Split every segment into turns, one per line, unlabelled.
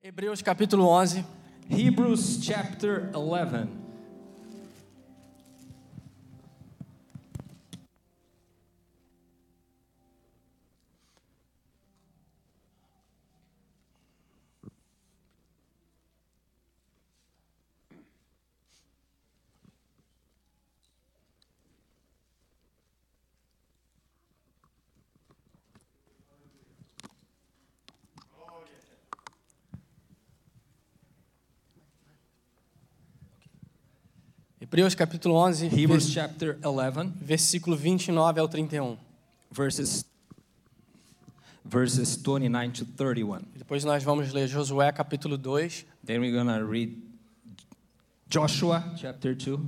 Hebreus capítulo 11,
Hebrews chapter 11.
Hebreus capítulo 11,
Hebrews chapter 11,
versículo 29 ao 31.
verses verses 29 to 31.
E depois nós vamos ler Josué capítulo 2,
Then we're going to read Joshua chapter 2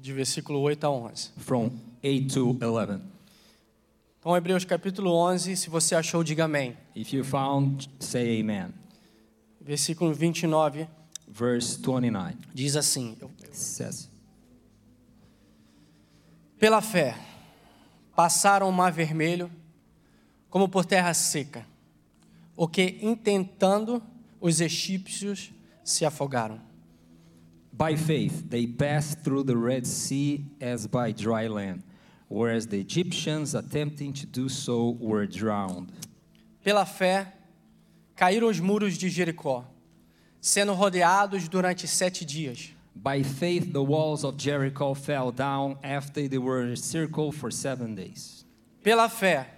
de versículo 8 a 11.
from 8 to 11.
Então, Hebreus capítulo 11, se você achou, diga amém.
If you found, say amen.
Versículo 29
Verse 29
diz assim:
says,
Pela fé, passaram o mar vermelho como por terra seca, o que, intentando, os egípcios se afogaram.
By faith, they passed through the Red Sea as by dry land, whereas the Egyptians attempting to do so were drowned.
Pela fé, caíram os muros de Jericó, sendo rodeados durante sete dias.
By faith, the walls of Jericho fell down after they were encircled for seven days.
Pela fé,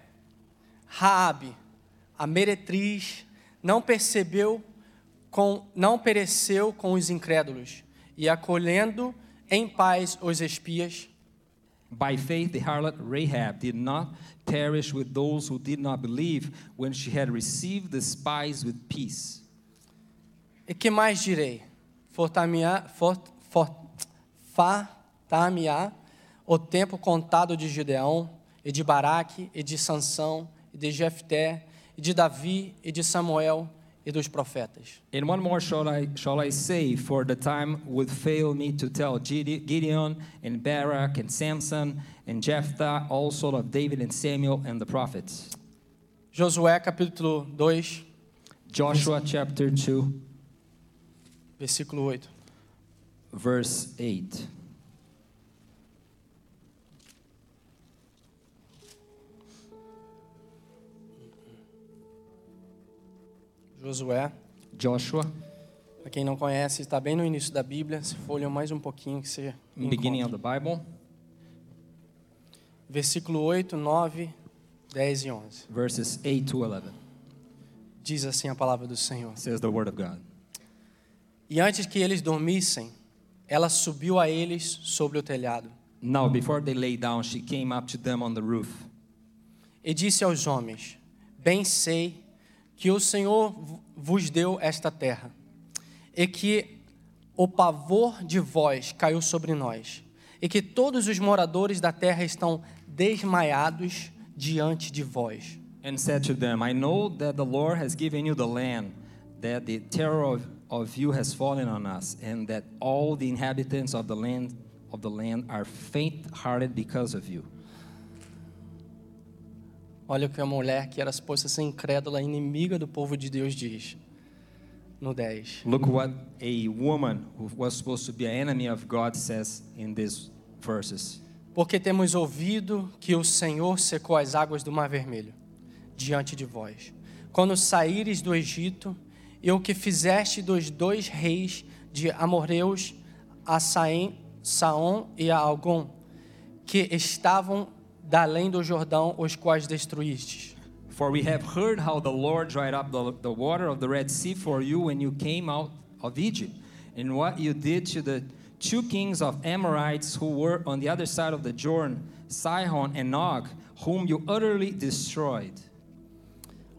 Raabe, a meretriz, não percebeu com- não pereceu com os incrédulos e acolhendo em paz os espias.
By faith, the harlot Rahab did not perish with those who did not believe when she had received the spies with peace.
E que mais direi? Fortamear, for, for, fartamear o tempo contado de Gideão, e de Baraque, e de Sansão, e de Jefté, e de Davi, e de Samuel, e dos profetas.
And one more shall I, shall I say, for the time would fail me to tell Gide- Gideon and Barak and Samson and Jephthah, also of David and Samuel and the prophets.
Josué capítulo 2,
Joshua chapter 2,
versículo 8.
verse 8.
Josué,
Joshua,
para quem não conhece, está bem no início da Bíblia, se folha mais um pouquinho que você
beginning
encontra.
of the Bible,
Versículo 8, 9, 10 e 11.
verses 8 to 11,
Diz assim a palavra do Senhor.
says the Word of God.
E antes que eles dormissem, ela subiu a eles sobre o telhado
Now, before they lay down, she came up to them on the roof.
e disse aos homens: Bem sei que o Senhor v- vos deu esta terra e que o pavor de vós caiu sobre nós e que todos os moradores da terra estão desmaiados diante de vós.
and said to them, I know that the Lord has given you the land, that the terror of, of you has fallen on us, and that all the inhabitants of the land of the land are faint-hearted because of you.
Olha o que a mulher que era suposta ser incrédula, inimiga do povo de Deus, diz no 10.
Look what a woman who was supposed to be an enemy of God says in these verses.
Porque temos ouvido que o Senhor secou as águas do Mar Vermelho diante de vós. Quando saíres do Egito, e o que fizeste dos dois reis de amorreus, a Saim, Saon e a Algon, que estavam da além do Jordão, os quais destruístes.
For we have heard how the Lord dried up the, the water of the Red Sea for you when you came out of Egypt, and what you did to the two kings of Amorites who were on the other side of the Jordan, Sihon and Og, whom you utterly destroyed.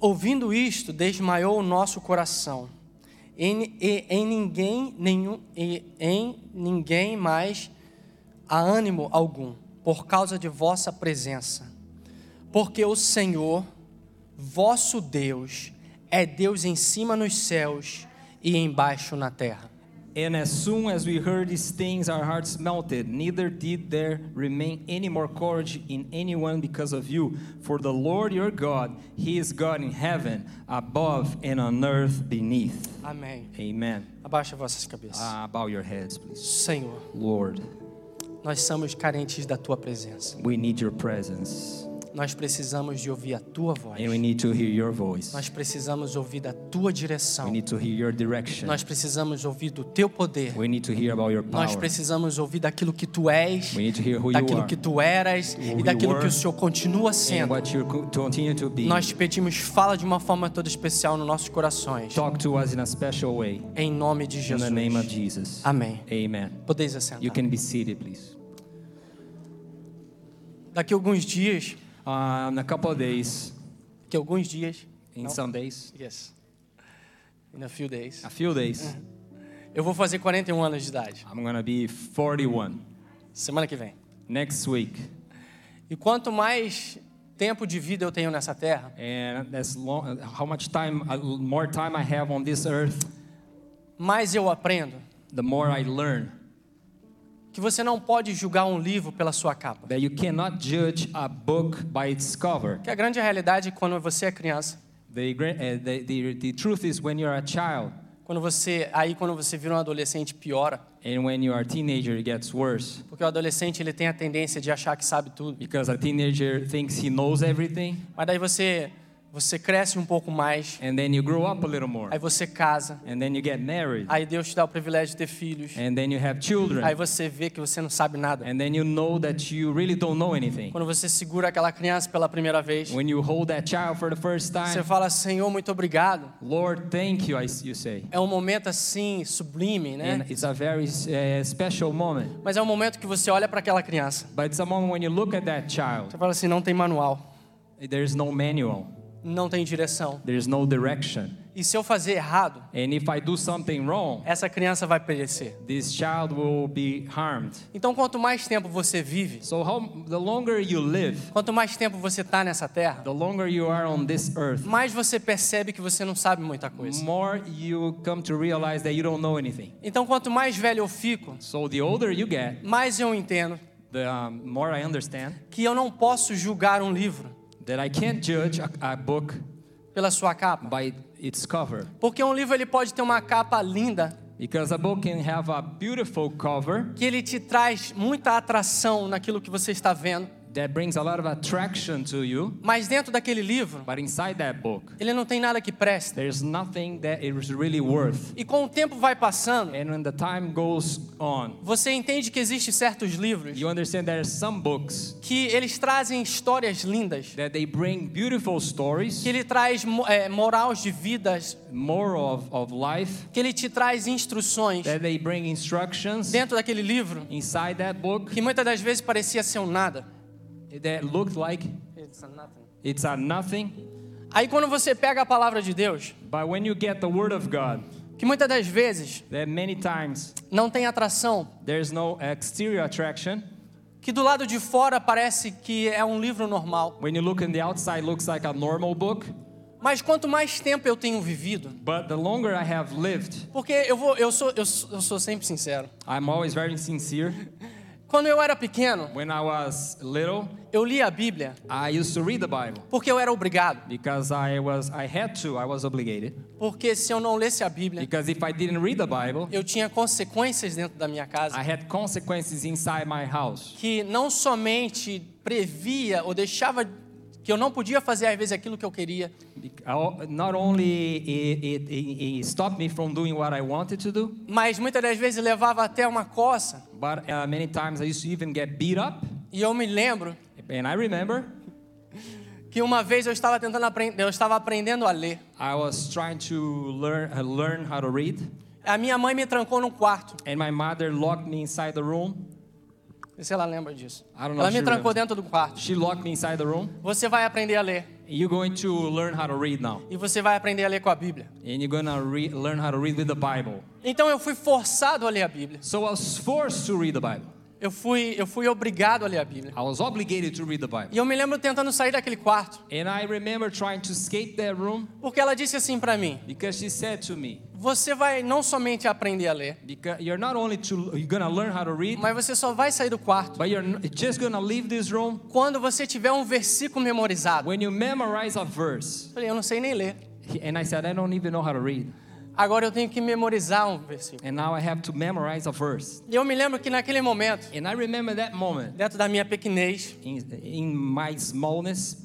Ouvindo isto, desmaiou o nosso coração. Em- E em ninguém, nenhum, e em ninguém mais há ânimo algum, por causa de vossa presença. Porque o Senhor, vosso Deus, é Deus em cima nos céus e embaixo na terra.
And as soon as we heard these things, our hearts melted. Neither did there remain any more courage in anyone because of you. For the Lord your God, He is God in heaven, above, and on earth beneath.
Amém.
Amen.
Abaixa vossas cabeças.
Ah, bow your heads, please.
Senhor,
Lord,
nós somos carentes da tua presença.
we need your presence,
Nós precisamos de ouvir a tua voz.
and we need to hear your voice.
Nós precisamos ouvir da tua
We
direção.
need to hear your direction.
Nós precisamos ouvir do teu poder.
We need to hear about your É. power.
Nós precisamos ouvir daquilo que tu és,
We need to hear who you
daquilo
are
que tu eras
Who
e
you
daquilo que
were
o Senhor continua
and
sendo.
what you co- continue to be.
Nós te pedimos, fala de uma forma toda especial nos nossos corações.
Talk to us in a special way.
Em nome de
In
Jesus.
the name of Jesus.
Amém.
Amen.
Podeis
You
assentar.
can be seated, please.
Daqui a alguns dias,
Uh, in a couple of days,
daqui a alguns dias,
in
Não.
some days,
yes, in a few days,
a few days,
eu vou fazer 41 anos de idade,
I'm gonna be 41
semana que vem.
next week.
E quanto mais tempo de vida eu tenho nessa terra,
And that's long, how much time, uh, more time I have on this earth,
mais eu aprendo
the more I learn
que você não pode julgar um livro pela sua capa.
that you cannot judge a book by its cover.
Que a grande realidade é que quando você é criança,
The, gra- uh, the, the, the truth is, when you're a child
quando você aí quando você vira um adolescente piora,
and when you are a teenager, it gets worse
porque o adolescente ele tem a tendência de achar que sabe tudo.
because a teenager thinks he knows everything,
Mas daí você você cresce um pouco mais,
and then you grow up a little more,
aí você casa,
and then you get married,
aí Deus te dá o privilégio de ter filhos.
and then you have children.
Aí você vê que você não sabe nada.
And then you know that you really don't know anything.
Quando você segura aquela criança pela primeira vez,
When you hold that child for the first
você
time,
fala: "Senhor, muito obrigado".
Lord, thank you, I, you say.
É um momento assim sublime,
And
né?
it's a very uh, special moment.
Mas é um momento que você olha para aquela criança.
But it's a moment when you look at that
Você
child,
fala assim: "Não tem manual,
there's no manual,
não tem direção.
there's no direction.
E se eu fazer errado,
And if I do something wrong,
essa criança vai perecer".
this child will be harmed.
Então, quanto mais tempo você vive,
So how, the longer you live,
quanto mais tempo você tá nessa terra,
the longer you are on this earth,
mais você percebe que você não sabe muita coisa.
more you come to realize that you don't know anything.
Então, quanto mais velho eu fico,
So the older you get,
mais eu entendo
the um, more I understand
que eu não posso julgar um livro
that I can't judge a, a book
pela sua capa.
by its cover.
Porque um livro ele pode ter uma capa linda
Because a book can have a beautiful cover
que ele te traz muita atração naquilo que você está vendo,
that brings a lot of attraction to you,
mas dentro daquele livro
but inside that book,
ele não tem nada que presta.
there's nothing that it is really worth.
E com o tempo vai passando,
And when the time goes on,
você entende que existem certos livros
you understand there are some books
que eles trazem histórias lindas,
that they bring beautiful stories,
que ele traz mo- é, morais de vidas,
moral of, of life,
que ele te traz instruções
that they bring instructions
dentro daquele livro
inside that book
que muitas das vezes parecia ser um nada.
that looked like it's a nothing.
Aí quando você pega a palavra de Deus,
But when you get the Word of God,
que muitas das vezes
that many times
não tem atração
There's no exterior attraction.
que do lado de fora parece que é um livro normal.
When you look in the outside, looks like a normal book.
Mas quanto mais tempo eu tenho vivido,
But the longer I have lived,
porque eu vou, eu sou, eu sou, eu sou sempre sincero.
I'm always very sincere.
Quando eu era pequeno,
When I was little,
eu lia a Bíblia
I used to read the Bible
porque eu era obrigado.
because I was I had to. I was obligated.
Porque se eu não lesse a Bíblia,
Because if I didn't read the Bible,
eu tinha consequências dentro da minha casa
I had consequences inside my house
que não somente previa ou deixava que eu não podia fazer às vezes aquilo que eu queria,
Bec- I- Not only it, it, it, it stopped me from doing what I wanted to do,
mas muitas das vezes levava até uma coça.
but uh, many times I used to even get beat up.
E eu me lembro
And I remember
que uma vez eu estava tentando aprender, eu estava aprendendo a ler.
I was trying to learn uh, learn how to read,
A minha mãe me trancou num quarto.
and my mother locked me inside the room.
Não sei se ela lembra disso.
I don't know
Ela
if
me
she
trancou
remembers.
dentro do quarto.
She locked me inside the room.
Você vai aprender a ler.
You're going to learn how to read now,
E você vai aprender a ler com a Bíblia.
and you're gonna re- learn how to read with the Bible.
Então eu fui forçado a ler a Bíblia.
So I was forced to read the Bible.
Eu fui, eu fui obrigado a ler a Bíblia.
I was obligated to read the Bible.
E eu me lembro tentando sair daquele quarto,
And I remember trying to escape that room
porque ela disse assim para mim:
because she said to me,
"Você vai não somente aprender a ler,
because you're not only to, you're gonna learn how to read,
mas você só vai sair do quarto
but you're n- just gonna leave this room
quando você tiver um versículo memorizado."
when you memorize a verse.
Eu falei: "Eu não sei nem ler.
And I said, I don't even know how to read.
Agora eu tenho que memorizar um versículo."
And now I have to memorize a verse.
E eu me lembro que naquele momento,
And I remember that moment
dentro da minha pequenez,
in, in my smallness,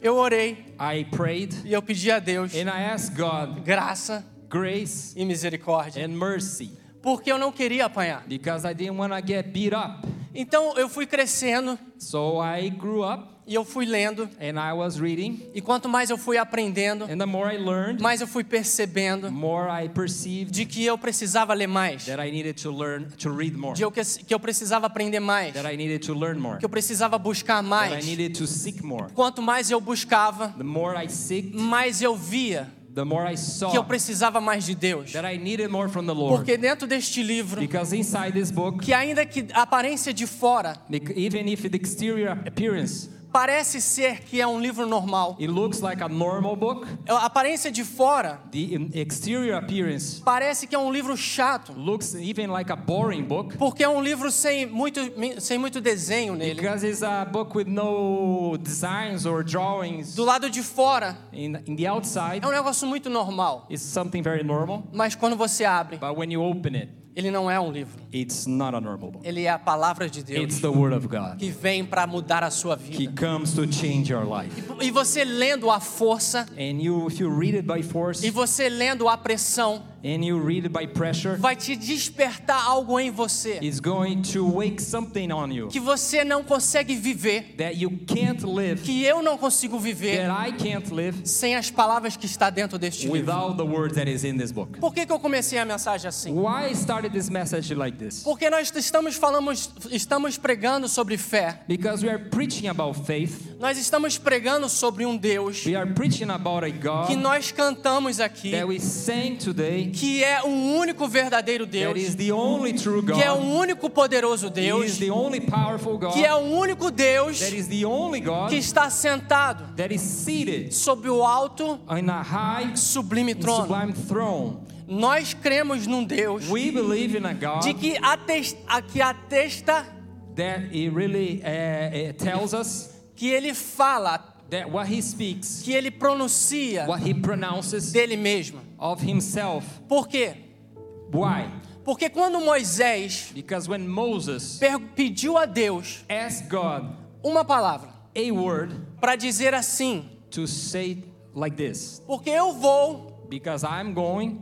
eu orei
I prayed
e eu pedi a Deus
and I asked God
graça
grace
e misericórdia,
and mercy
porque eu não queria apanhar.
because I didn't want to get beat up.
Então eu fui crescendo
So I grew up
e eu fui lendo,
and I was reading,
e quanto mais eu fui aprendendo,
and the more I learned,
mais eu fui
the
percebendo
more I perceived
de que eu precisava ler mais,
that I needed to learn to read more,
de eu que, que eu precisava aprender mais,
that I needed to learn more,
que eu precisava buscar
that I
mais.
needed to seek more.
Quanto mais eu buscava,
The more I seeked,
mais eu via
the more I
que eu
saw
precisava mais de Deus.
that I needed more from the Lord.
Porque dentro deste livro,
Because inside this book,
que ainda que a aparência de fora
bec- even if the exterior appearance
parece ser que é um livro normal,
It looks like a normal book.
a aparência de fora
The um, exterior appearance
parece que é um livro chato,
looks even like a boring book
porque é um livro sem muito, sem muito desenho nele.
because it's a book with no designs or drawings.
Do lado de fora,
In, in the outside,
é um negócio muito normal.
it's something very normal,
Mas quando você abre,
but when you open it,
ele não é um livro.
it's not a normal book.
Ele é a palavra de Deus
It's the Word of God.
que vem para mudar a sua
He
vida.
comes to change your life.
E você lendo a força,
And you, if you read it by force
e você lendo a pressão,
and you read it by pressure,
vai te despertar algo em você
it's going to wake something on you
que você não consegue viver,
that you can't live,
que eu não consigo viver
that I can't live
sem as palavras que está dentro deste livro.
without the word that is in this book.
Por que, que eu comecei a mensagem assim?
Why I started this message like this?
Porque nós estamos falamos, estamos pregando sobre fé.
Because we are preaching about faith.
Nós estamos pregando sobre um Deus
We are preaching about a
que
God
nós cantamos aqui,
that we sang today
que é o único verdadeiro
that
Deus,
is the only true
que é o
God.
único poderoso
He is
Deus,
the only powerful God.
que é o único Deus
That is the only God
que está sentado
that is seated
sob o alto
on a high
sublime
and
trono.
sublime throne.
Nós cremos num Deus
We believe in a God
de que atest- a- que atesta
that He really uh, uh, tells us
que ele fala,
that what He speaks,
que ele pronuncia
what He pronounces
dele mesmo.
of Himself.
Por quê?
Why?
Porque quando Moisés
Because when Moses
per- pediu a Deus
asked God
uma palavra
a word
para dizer assim:
to say it like this
Porque eu vou
because I'm going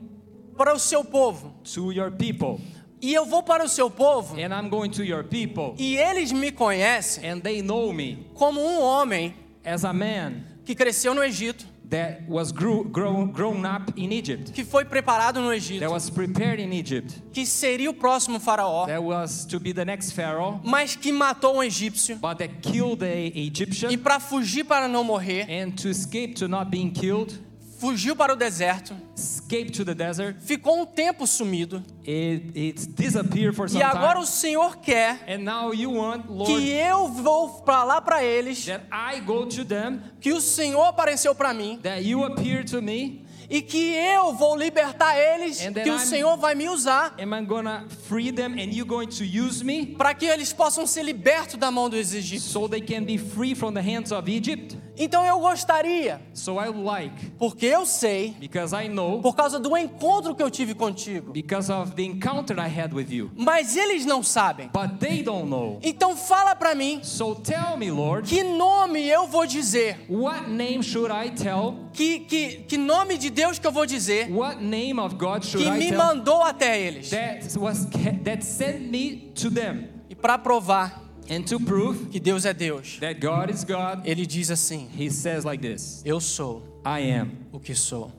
para o seu povo,
to your people
e eu vou para o seu povo,
and I'm going to your people
e eles me conhecem
and they know me
como um homem
as a man
que cresceu no Egito,
that was grew, grown, grown up in Egypt
que foi preparado no
that
Egito,
was prepared in Egypt
que seria o próximo faraó,
that was to be the next pharaoh
mas que matou um egípcio,
but that killed the
e
Egyptian
para fugir para não morrer,
and to escape to not being killed
fugiu para o deserto,
escape to the desert
ficou um tempo sumido,
it, it disappeared for some
e agora
time
o Senhor quer
and now you want
que
Lord
eu vou pra lá pra eles,
that I go to them
que o Senhor apareceu pra mim
that you appear to me
e que eu vou libertar eles,
And then
que o
I'm-
Senhor vai me usar
Am I gonna free them and you going to use me
para que eles possam ser libertos da mão dos egípcios.
so they can be free from the hands of Egypt?
Então eu gostaria,
So I would like,
porque eu sei,
because I know,
por causa do encontro que eu tive contigo,
because of the encounter I had with you.
mas eles não sabem.
But they don't know.
Então fala pra mim
So tell me, Lord,
que nome eu vou dizer,
what name should I tell?
que, que, que nome de Deus que eu vou dizer,
What name of God should
que
I
me
tell?
mandou até eles.
That was that sent me to them.
E pra provar
And to prove
que Deus é Deus,
that God is God,
ele diz assim:
he says like this,
Eu sou.
I am
o que sou.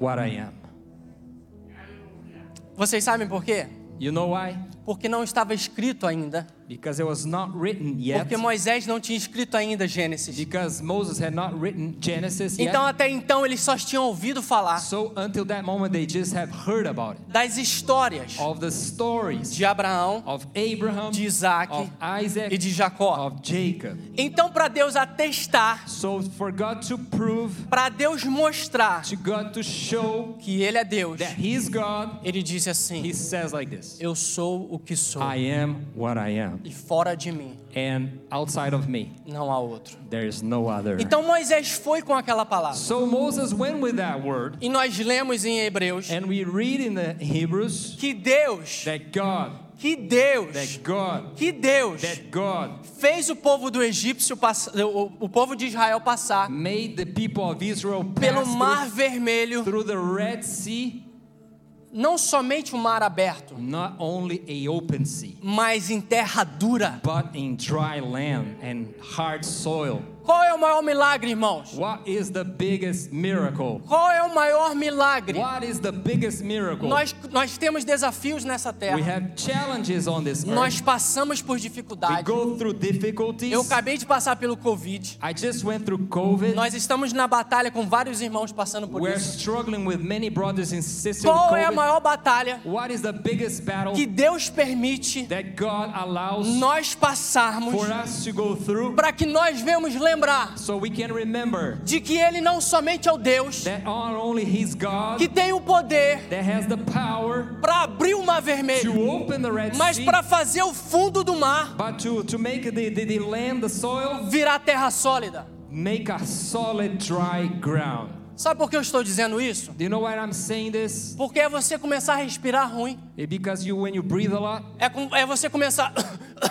what I am.
Vocês sabem por quê?
You know why?
porque não estava escrito ainda,
because it was not written yet,
porque Moisés não tinha escrito ainda Gênesis.
because Moses had not written Genesis yet.
Então até então eles só tinham ouvido falar
so until that moment, they just have heard about it.
das histórias
Of the stories
de Abraão,
of Abraham,
de Isaac
of Isaac,
e de Jacó.
of Jacob.
Então para Deus atestar,
So for God to prove,
para Deus mostrar
to God to show
que ele é Deus,
that He's God,
ele disse
He
assim:
says like this:
Eu sou o que sou,
I am what I am,
e fora de mim
and outside of me
não há outro.
there is no other.
Então Moisés foi com aquela palavra.
So Moses went with that word,
E nós lemos em Hebreus
and we read in the Hebrews
que Deus,
that God,
que Deus,
that God,
que Deus
that God
fez o povo do egípcio pass- o o povo de Israel passar
made the people of Israel
pelo
pass
mar
through,
vermelho,
through the Red Sea,
não somente o mar aberto,
not only a open sea,
mas em terra dura.
but in dry land and hard soil.
Qual é o maior milagre, irmãos?
What is the biggest miracle?
Qual é o maior milagre?
What is the biggest miracle?
Nós, nós temos desafios nessa
we
terra.
have challenges on this
Nós
earth.
passamos por
We
dificuldades.
go through difficulties.
Eu acabei de passar pelo Covid.
I just went through COVID.
Nós estamos na batalha com vários irmãos passando por
We're
isso.
struggling with many brothers and sisters. with
Qual é a
COVID.
maior batalha
What is the biggest battle
que Deus permite
that God allows
nós passarmos
for us to go through
para que nós venhamos lembrar
so we can remember
de que Ele não somente é o Deus
that not only He's God
que tem o poder
that has the power
para abrir o mar vermelho,
to open the Red
mas
Sea,
para fazer o fundo do mar
but to, to make the, the, the land, the soil,
virar terra sólida.
make a solid, dry ground.
Sabe por que eu estou dizendo isso?
Do you know why I'm saying this?
Porque é você começar a respirar ruim,
It- Because you, when you breathe a lot,
é, com- é você começar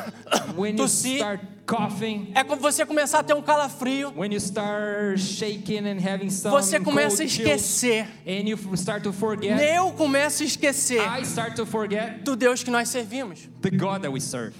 when you
Tossir.
start coughing,
é com você começar a ter um calafrio,
when you start shaking and having some
você
cold
começa a
chills,
esquecer.
and you f- start to forget.
Eu começo a esquecer
I start to forget
do Deus que nós servimos.
the God that we serve.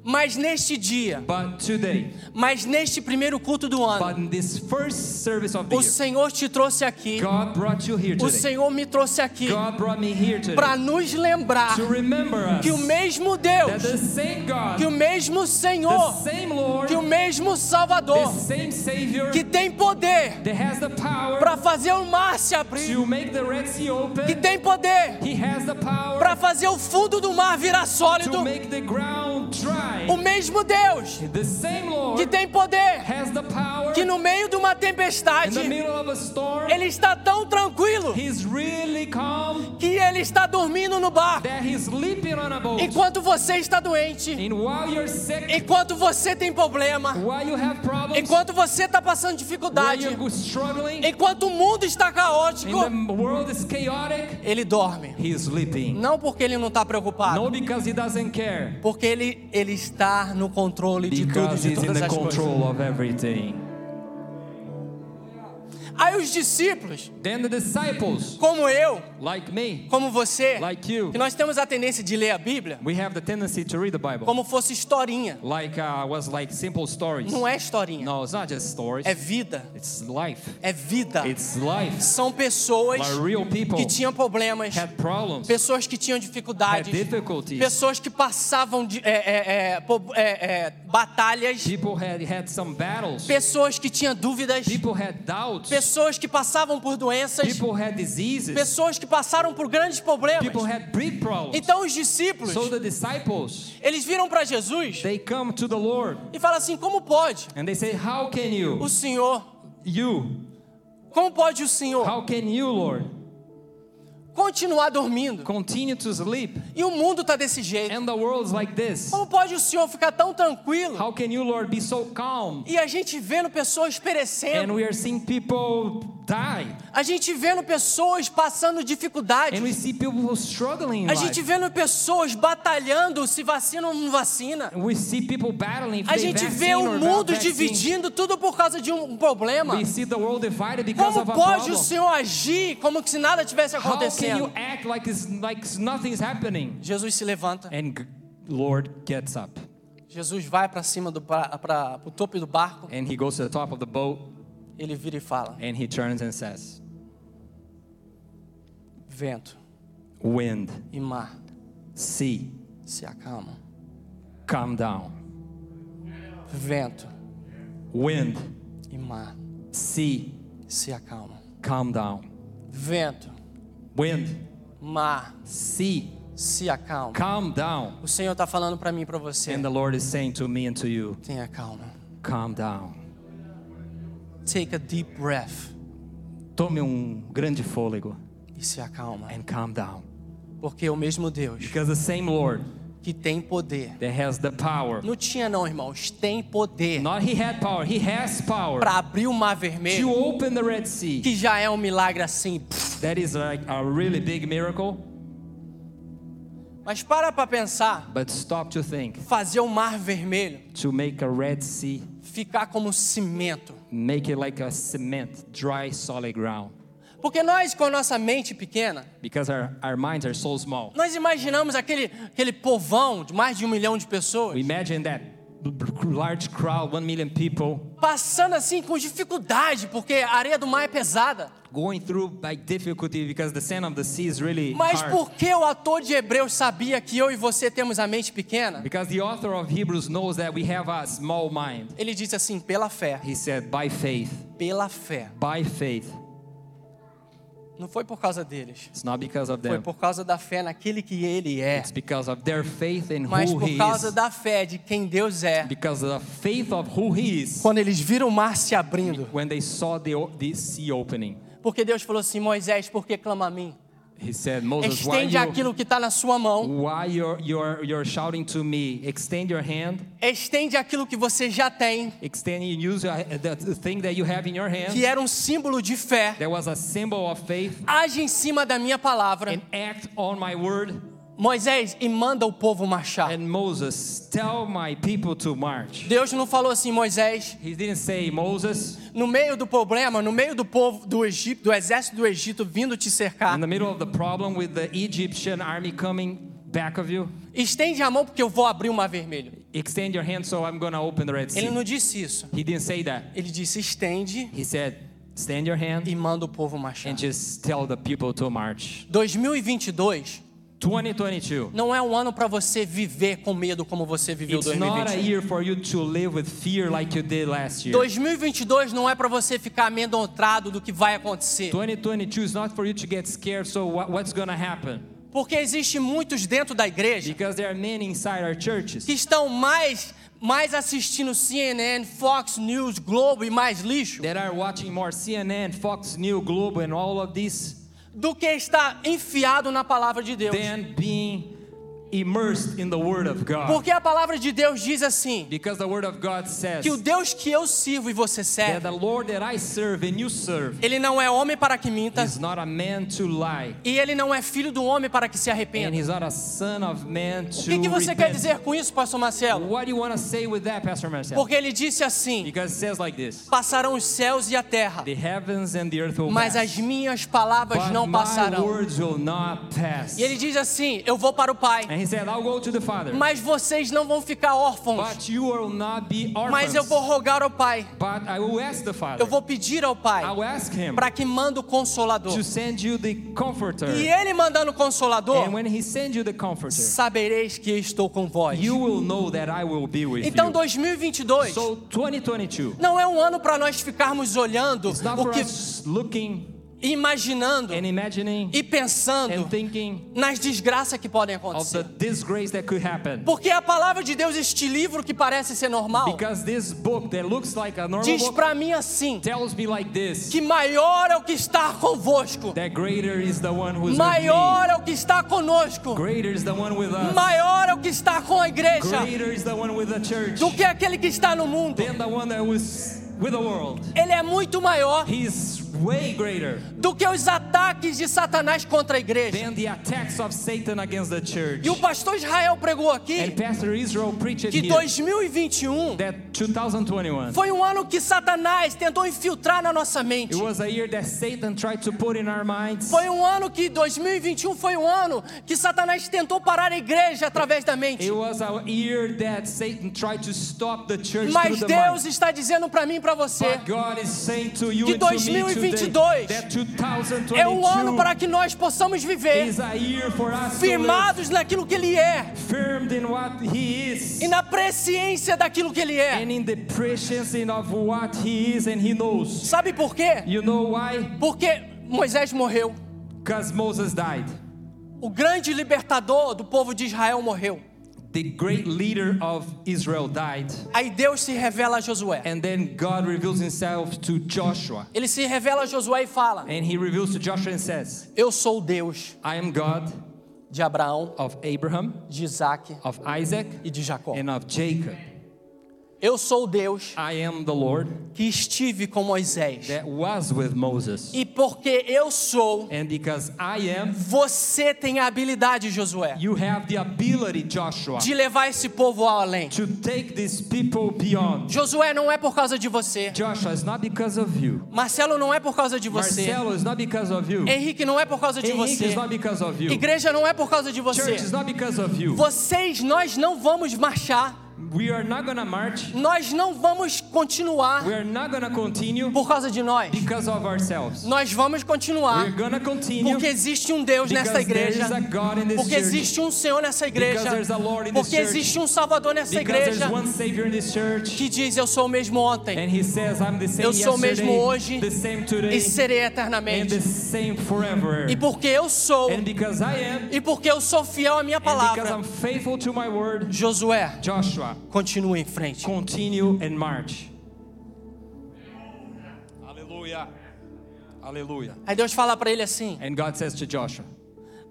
Mas neste dia,
But today,
mas neste primeiro culto do ano,
but in this first service of the
o
year,
Senhor te trouxe aqui,
God brought you here
o
today.
Senhor me trouxe aqui
God brought me here
para
today
nos lembrar
to remember us
que o mesmo
that
Deus,
the same God,
que o mesmo
the
Senhor,
same Lord,
que o mesmo
the
Salvador,
same Savior
que tem poder
that has the power
para fazer o mar se abrir,
to make the Red Sea
que
open.
tem poder
He has the power
para fazer o fundo do mar virar sólido,
to make the ground
o
dry.
mesmo Deus
The same
que
Lord
tem poder
has the power
que no meio de uma
in
tempestade
the middle of a storm.
ele está tão tranquilo
He's really calm
que ele está dormindo no bar
that he's sleeping on a boat.
enquanto você está doente,
And while you're sick,
enquanto você tem problema,
while you have problems,
enquanto você está passando
while
dificuldade,
you're struggling,
enquanto o mundo está caótico,
and the world is chaotic,
ele dorme.
he's sleeping.
Não porque ele não está preocupado,
No, because he doesn't care.
porque ele, ele está no controle de tudo,
Because
de
he's in
todas
the
as coisas.
control of everything.
Aí os discípulos,
Then the disciples,
como eu,
like me,
como você,
like you,
que nós temos a tendência de ler a Bíblia
we have the tendency to read the Bible
como fosse historinha.
like uh, was like simple stories.
Não é historinha,
No, it's not just stories.
é vida,
It's life.
é vida.
It's life.
São pessoas
Like real people
que tinham problemas,
had problems,
pessoas que tinham
had
dificuldades,
difficulties.
pessoas que passavam de, é, é, é, po- é, é, batalhas,
People had had some battles.
pessoas que tinham dúvidas,
People had doubts.
pessoas que passavam por doenças,
People had diseases.
pessoas que passaram por grandes
People
problemas.
had big problems.
Então os discípulos,
So the disciples,
eles viram para Jesus
they come to the Lord
e falam assim: como pode
and they say, "How can you?
o Senhor?
You,
Como pode o Senhor
how can you, Lord,
continuar dormindo?
continue to sleep
E o mundo tá desse jeito.
and the world's like this?
Como pode o Senhor ficar tão tranquilo?
How can you, Lord, be so calm?"
E a gente vendo pessoas perecendo,
And we are seeing people die,
a gente vendo pessoas passando dificuldades.
and we see people struggling in
A gente
life.
vendo pessoas batalhando se vacina ou não vacina.
We see people battling. if
A
they
gente vê
vaccine or
o
not
mundo
vaccine.
dividindo tudo por causa de um problema.
We see the world divided because
Como
of a
pode o
problem.
Senhor agir como que se nada tivesse
How can you
acontecendo?
act like it's like nothing's happening?
Jesus se levanta.
And g- Lord gets up
Jesus vai para cima do para o topo do barco.
and he goes to the top of the boat
Ele vira e fala:
and he turns and says,
Vento
"Wind,
e mar,
sea,
se acalmam.
Calm down.
Vento
Wind,
e mar
sea,
se acalmam.
calm down.
Vento,
Wind,
mar
sea,
se acalmam.
calm down.
O Senhor está falando para mim e para você.
And the Lord is saying to me and to you,
Tenha calma.
calm down.
Take a deep breath
Tome um grande fôlego
e se acalma.
and calm down.
Porque o mesmo Deus
Because the same Lord
que tem poder.
that has the power,
Não tinha não, irmãos. Tem poder
not he had power, he has power
para abrir o mar
to
vermelho,
open the Red Sea.
que já é um milagre assim. Pff.
That is like a really big miracle.
Mas para para pensar,
But stop to think.
fazer o mar vermelho
To make a Red Sea,
ficar como cimento.
make it like a cement, dry, solid ground.
Porque nós, com a nossa mente pequena,
Because our, our minds are so small.
nós imaginamos aquele, aquele povão de mais de um milhão de
We
pessoas
imagine that large crowd, one million people,
passando assim com dificuldade, porque a areia do mar é pesada.
going through by difficulty because the sand of the sea is really
Mas
hard.
por que o autor de Hebreus sabia que eu e você temos a mente pequena?
Because the author of Hebrews knows that we have a small mind.
Ele disse assim: pela fé,
He said, by faith,
pela fé.
by faith.
Não foi por causa deles,
It's not because of
foi
them.
por causa da fé naquele que ele é,
It's because of their faith in
mas
who
por
he
causa
is.
da fé de quem Deus é.
Because of the faith of who he is.
Quando eles viram o mar se abrindo,
When they saw the, o- the sea opening,
porque Deus falou assim: Moisés, por que clama a mim?
he said, Moses, why
Estende
you,
aquilo que está na sua mão,
why you're, you're, you're shouting to me? Extend your hand.
estende aquilo que você já tem,
Extend and use your, the, the thing that you have in your hand.
que era um símbolo de fé,
There was a symbol of faith.
age em cima da minha palavra,
And act on my word.
Moisés, e manda o povo marchar.
And Moses, tell my people to march.
Deus não falou assim, Moisés,
He didn't say, Moses,
no meio do problema, no meio do povo do Egito, do exército do Egito vindo te cercar,
in the middle of the problem with the Egyptian army coming back of you,
estende a mão porque eu vou abrir o mar vermelho.
extend your hand so I'm going to open the Red
Ele
Sea.
não disse isso.
He didn't say that.
Ele disse, estende
He said, stand your hand
e manda o povo marchar.
and just tell the people to march.
2022
2022.
não é um ano para você viver com medo como você viveu
It's not a
2020.
year for you to live with fear like you did last year.
2022 não é para você ficar amedrontado do que vai acontecer.
2022 is not for you to get scared. So what, what's going to happen?
Porque existe muitos dentro da igreja
Because there are many inside our churches.
que estão mais mais assistindo CNN, Fox News, Globo e mais lixo
that are watching more CNN, Fox News, Globo, and all of this
do que está enfiado na palavra de Deus.
than being immersed in the Word of God.
Porque a palavra de Deus diz assim:
Because the Word of God says
que o Deus que eu sirvo e você
that
serve,
the Lord that I serve and you serve
ele não é homem para que minta
is not a man to lie,
e ele não é filho do homem para que se
and
arrependa.
he's not a son of man
O que,
to
que você quer
repent.
dizer com isso, pastor Marcelo?
What do you want to say with that, Pastor Marcel?
Porque ele disse assim:
Because it says like this:
passarão os céus e a terra,
The heavens and the earth will
mas as
pass,
minhas palavras
but
não
my
passarão.
words will not pass.
E ele diz assim: eu vou para o Pai,
And he said, "I'll go to the Father,
mas vocês não vão ficar órfãos.
but you will not be
Mas eu
orphans."
vou rogar ao Pai,
But I will ask the Father.
eu vou pedir ao Pai
I will ask Him
para que manda o consolador.
to send you the Comforter.
E ele mandando o consolador,
And when He sends you the Comforter,
sabereis que estou com vós.
you will know that I will be with
Então
you.
2022
So 2022,
não é um ano para nós ficarmos olhando
it's not
o
for
que
us looking
imaginando
and imagining
e pensando
and thinking
nas desgraças que podem
of the
acontecer.
disgrace that could happen.
Porque a palavra de Deus, este livro que parece ser normal,
Because this book that looks like a normal
Oh. diz
book
para mim assim:
tells me like this:
que maior é o que está convosco,
that greater is the one who's with me.
maior é o que está conosco,
Greater is the one with us.
maior é o que está com a igreja
Greater is the one with the church
do que aquele que está no mundo.
than the one that was with the world.
Ele é muito maior
He's way greater
do que os ataques de Satanás contra a igreja.
than the attacks of Satan against the church.
E o pastor Israel pregou
And
aqui
Pastor Israel preached
que
here
2021
that 2021
foi um ano que Satanás tentou infiltrar na nossa mente.
it was a year that Satan tried to put in our minds.
Foi um ano que 2021 foi um ano que Satanás tentou parar a igreja através da mente.
It was a year that Satan tried to stop the church
Mas
through the
Deus
mind.
está dizendo para mim e para você
But God is saying to you
que
and to me today
2022
that 2022
e é um ano para que nós possamos viver
is a year for us to
firmados naquilo que Ele é
live firmed in what He is
e na presciência daquilo que Ele é.
and in the prescience in of what He is and He knows.
Sabe por quê?
You know why?
Porque Moisés morreu.
Because Moses died.
O grande libertador do povo de Israel morreu.
The great leader of Israel died.
Aí Deus se revela a Josué.
And then God reveals himself to Joshua.
Ele se revela a Josué e fala:
And he reveals to Joshua and says,
Eu sou o Deus
I am God
de Abraão,
of Abraham,
de Isaac
of Isaac,
e de Jacó.
and of Jacob.
Eu sou o Deus
I am the Lord
que estive com Moisés.
that was with Moses.
E porque eu sou,
And because I am,
você tem a habilidade, Josué,
you have the ability, Joshua,
de levar esse povo ao além.
to take these people beyond.
Josué não é por causa de você.
Joshua, it's not because of you.
Marcelo não é por causa de você.
Marcelo, it's not because of you.
Henrique não é por causa de
Henrique,
você.
it's not because of you.
Igreja não é por causa de você.
Church, it's not because of you.
Vocês, nós não vamos marchar,
We are not gonna march.
nós não vamos continuar
We are not gonna continue
por causa de nós.
because of ourselves.
Nós vamos continuar
We're gonna continue
porque existe um Deus
because
nesta
there
igreja,
is a God in this
porque
church.
existe um Senhor nessa igreja,
Because there's a Lord in this
porque
church.
existe um Salvador nessa
because
igreja
there's one Savior in this church.
que diz: Eu sou o mesmo ontem
And he says, I'm the same
Eu sou o
yesterday,
mesmo hoje
the same today,
e serei
and
eternamente.
the same forever.
E porque eu sou,
and because I am,
e porque eu sou fiel à minha
and because
palavra,
I'm faithful to my word,
Josué,
Joshua,
continua em frente.
continue and march. Hallelujah. Hallelujah.
Aí Deus fala para ele assim:
And God says to Joshua,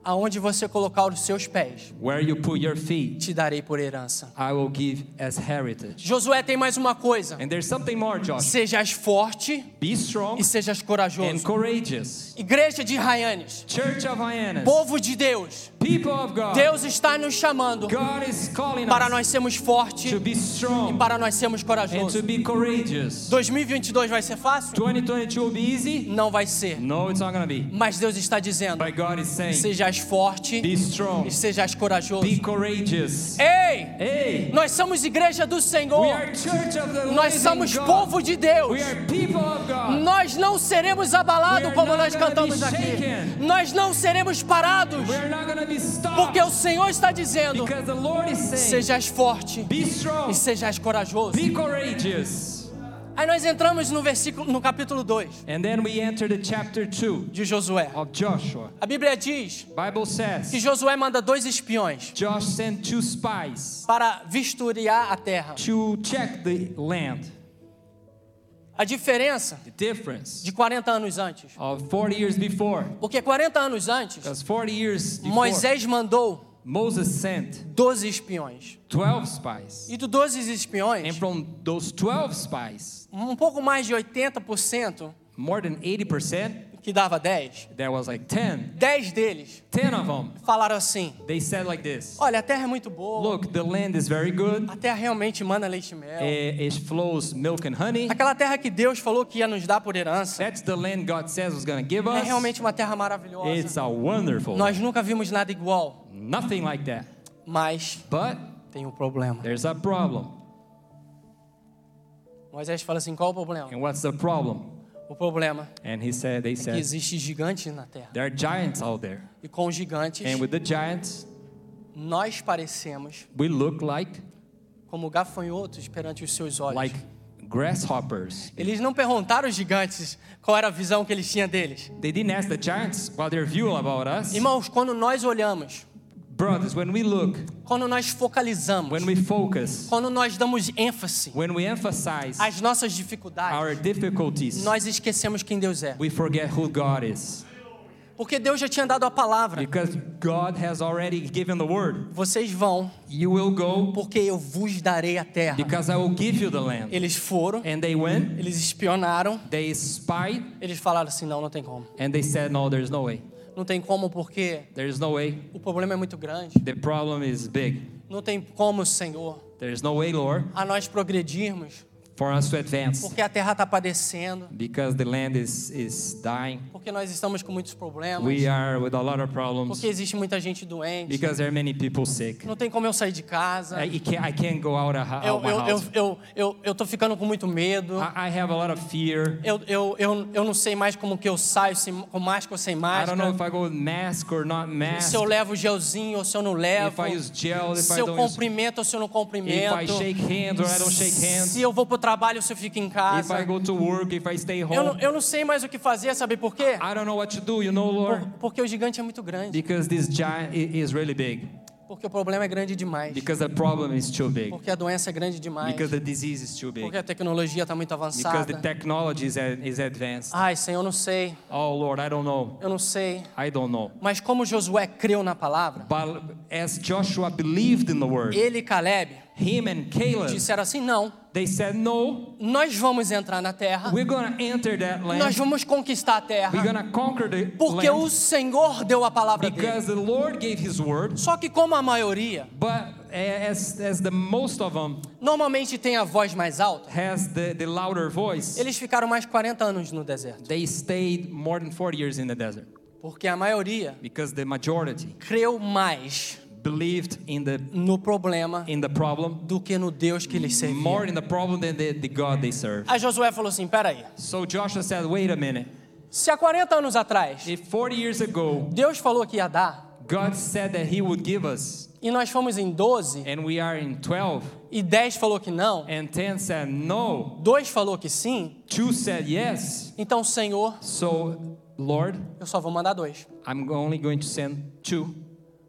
Aonde você colocar os seus pés,
Where you put your feet,
te darei por herança.
I will give as heritage.
Josué tem mais uma coisa:
And there's something more, Joshua.
Sejas forte
Be strong
e sejas
and
corajoso.
courageous.
Igreja de Raianes,
Church of Hyannis,
povo de Deus,
people of God,
Deus está nos chamando
God is calling
para
us
nós sermos fortes
to be
e
strong
para nós sermos
and to
corajosos.
be courageous.
2022 vai ser fácil?
2022 will be easy?
Não vai ser.
No, it's not gonna be.
Mas Deus está dizendo:
But God is saying,
Sejas forte e
be strong,
sejas corajoso.
be courageous.
Ei,
Hey,
nós somos igreja do
we
Senhor.
are church of the
Nós
living
somos
God.
povo de Deus.
We are people of God.
Nós não seremos abalados
We are
como
not
nós
gonna
cantamos
be
aqui.
shaken.
Nós não seremos parados,
We are not gonna be stopped
porque o Senhor está dizendo:
because the Lord is saying,
sejas forte
be strong,
e sejas corajoso.
be courageous.
Aí nós entramos no versículo no capítulo 2
And then we enter the chapter 2
de Josué.
of Joshua.
A Bíblia diz
Bible
que
says,
Josué manda dois espiões
Josh sent two spies
para vistoriar a terra.
to check the land.
A diferença
The difference
de 40 anos antes.
of 40 years before.
Porque 40 anos antes,
Because 40 years before,
Moisés mandou
Moses sent
12 espiões.
12 spies.
E dos 12 espiões,
And from those 12 spies,
um pouco mais de 80%,
more than 80%,
que dava 10,
there was like 10.
10 deles
10 of them,
falaram assim:
they said like this.
Olha, a terra é muito boa,
Look, the land is very good.
a terra realmente mana leite e mel.
It, it flows milk and honey.
Aquela terra que Deus falou que ia nos dar por herança
That's the land God says was going to give
é
us.
realmente uma terra
It's
maravilhosa.
a wonderful. land.
Nós nunca vimos nada igual,
Nothing like that.
mas
But
tem um problema.
there's a problem.
Moisés fala assim: Qual o problema?
And what's the problem?
O problema
And he said, they
é que
said,
existe gigantes na terra.
there are giants out there.
E com os gigantes,
And with the giants,
nós parecemos
we look like
como gafanhotos perante os seus olhos.
like grasshoppers.
Eles não perguntaram aos gigantes qual era a visão que eles tinham deles.
They didn't ask the giants what their view about us.
Irmãos, quando nós olhamos,
Brothers, when we look,
quando nós focalizamos,
when we focus,
quando nós damos ênfase
when we emphasize
às nossas
our
dificuldades,
difficulties,
nós esquecemos quem Deus é.
we forget who God is.
Porque Deus já tinha dado a palavra.
Because God has already given the word.
Vocês vão,
You will go
porque eu vos darei a terra.
because I will give you the land.
Eles foram,
And they went,
eles espionaram,
they spied,
eles falaram assim: não, não tem como.
and they said, No, there's no way.
Não tem como porque
There's no way.
o problema é muito grande.
The problem is big.
Não tem como, Senhor,
There's no way, Lord,
a nós progredirmos
for us to advance
porque a terra está padecendo,
because the land is, is dying.
porque nós estamos com muitos problemas,
We are with a lot of problems
porque existe muita gente doente,
because É there are many people sick.
não tem como eu sair de casa,
I, I can't, I can't go out of, hou-
eu
out my
eu, eu,
house.
eu, eu, eu tô ficando com muito medo,
I, I have a lot of fear.
eu, eu, eu, eu não sei mais como que eu saio, se com máscara ou sem
I don't know if
máscara,
I go with mask or not mask.
se eu levo gelzinho ou se eu não
If
levo,
I use gel, if I
se eu
don't use,
cumprimento ou se eu não
if I
cumprimento,
shake hands or I don't um shake hands,
se eu vou pro trabalho ou se eu fico em
if I
casa,
go to work, if I stay
eu não,
home.
eu não sei mais o que fazer, sabe por quê?
I don't know what to do, you know, Lord,
Por- porque o gigante é muito grande,
because this giant i- is really big,
porque o problema é grande demais,
because the problem is too big,
porque a doença é grande demais.
because the disease is too
Porque
big,
a tecnologia está muito
because the
avançada.
technology is, ad- is advanced.
Ai, Senhor, eu não sei,
Oh, Lord, I don't know.
eu não sei.
I don't know.
Mas como Josué creu na palavra,
But as Joshua believed in the word,
ele e Caleb
him and Caleb,
disseram assim: não,
they said, No,
nós vamos entrar na terra,
we're going to enter that
nós
land,
vamos conquistar a
we're
terra,
going to conquer the
porque o
land,
Senhor deu a palavra dele.
because the Lord gave his word.
Só que, como a maioria
But as, as the most of them
normalmente tem a voz mais alta,
has the, the louder voice,
eles ficaram mais 40 anos no deserto.
they stayed more than 40 years in the desert
Porque a maioria
because the majority
creu mais
believed in the
no problema
in the problem
do que no Deus que eles serviam.
more in the problem than the, the God they serve.
Aí Josué falou assim: peraí,
So Joshua said, "Wait a minute.
se há 40 anos atrás
If 40 years ago
Deus falou que ia dar,
God said that He would give us,
e nós fomos em 12,
and we are in 12,
e 10 falou que não,
and 10 said no,
2 falou que sim,
two said yes.
então, Senhor,
So Lord,
eu só vou mandar dois.
I'm only going to send two."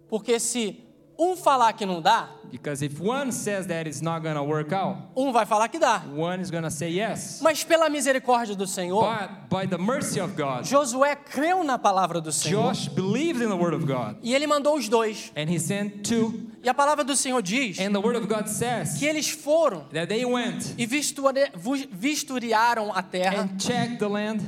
Porque se um falar que não dá,
Because if one says that it's not going to work out,
um vai falar que dá.
one is going to say yes.
Mas pela misericórdia do Senhor,
But by the mercy of God,
Josué creu na palavra do Senhor
Josh believed in the word of God
e ele mandou os dois.
and he sent two.
E a palavra do Senhor diz
And the word of God
que
says
eles foram
that they went
e visture- vu- vistoriaram a terra
and checked the land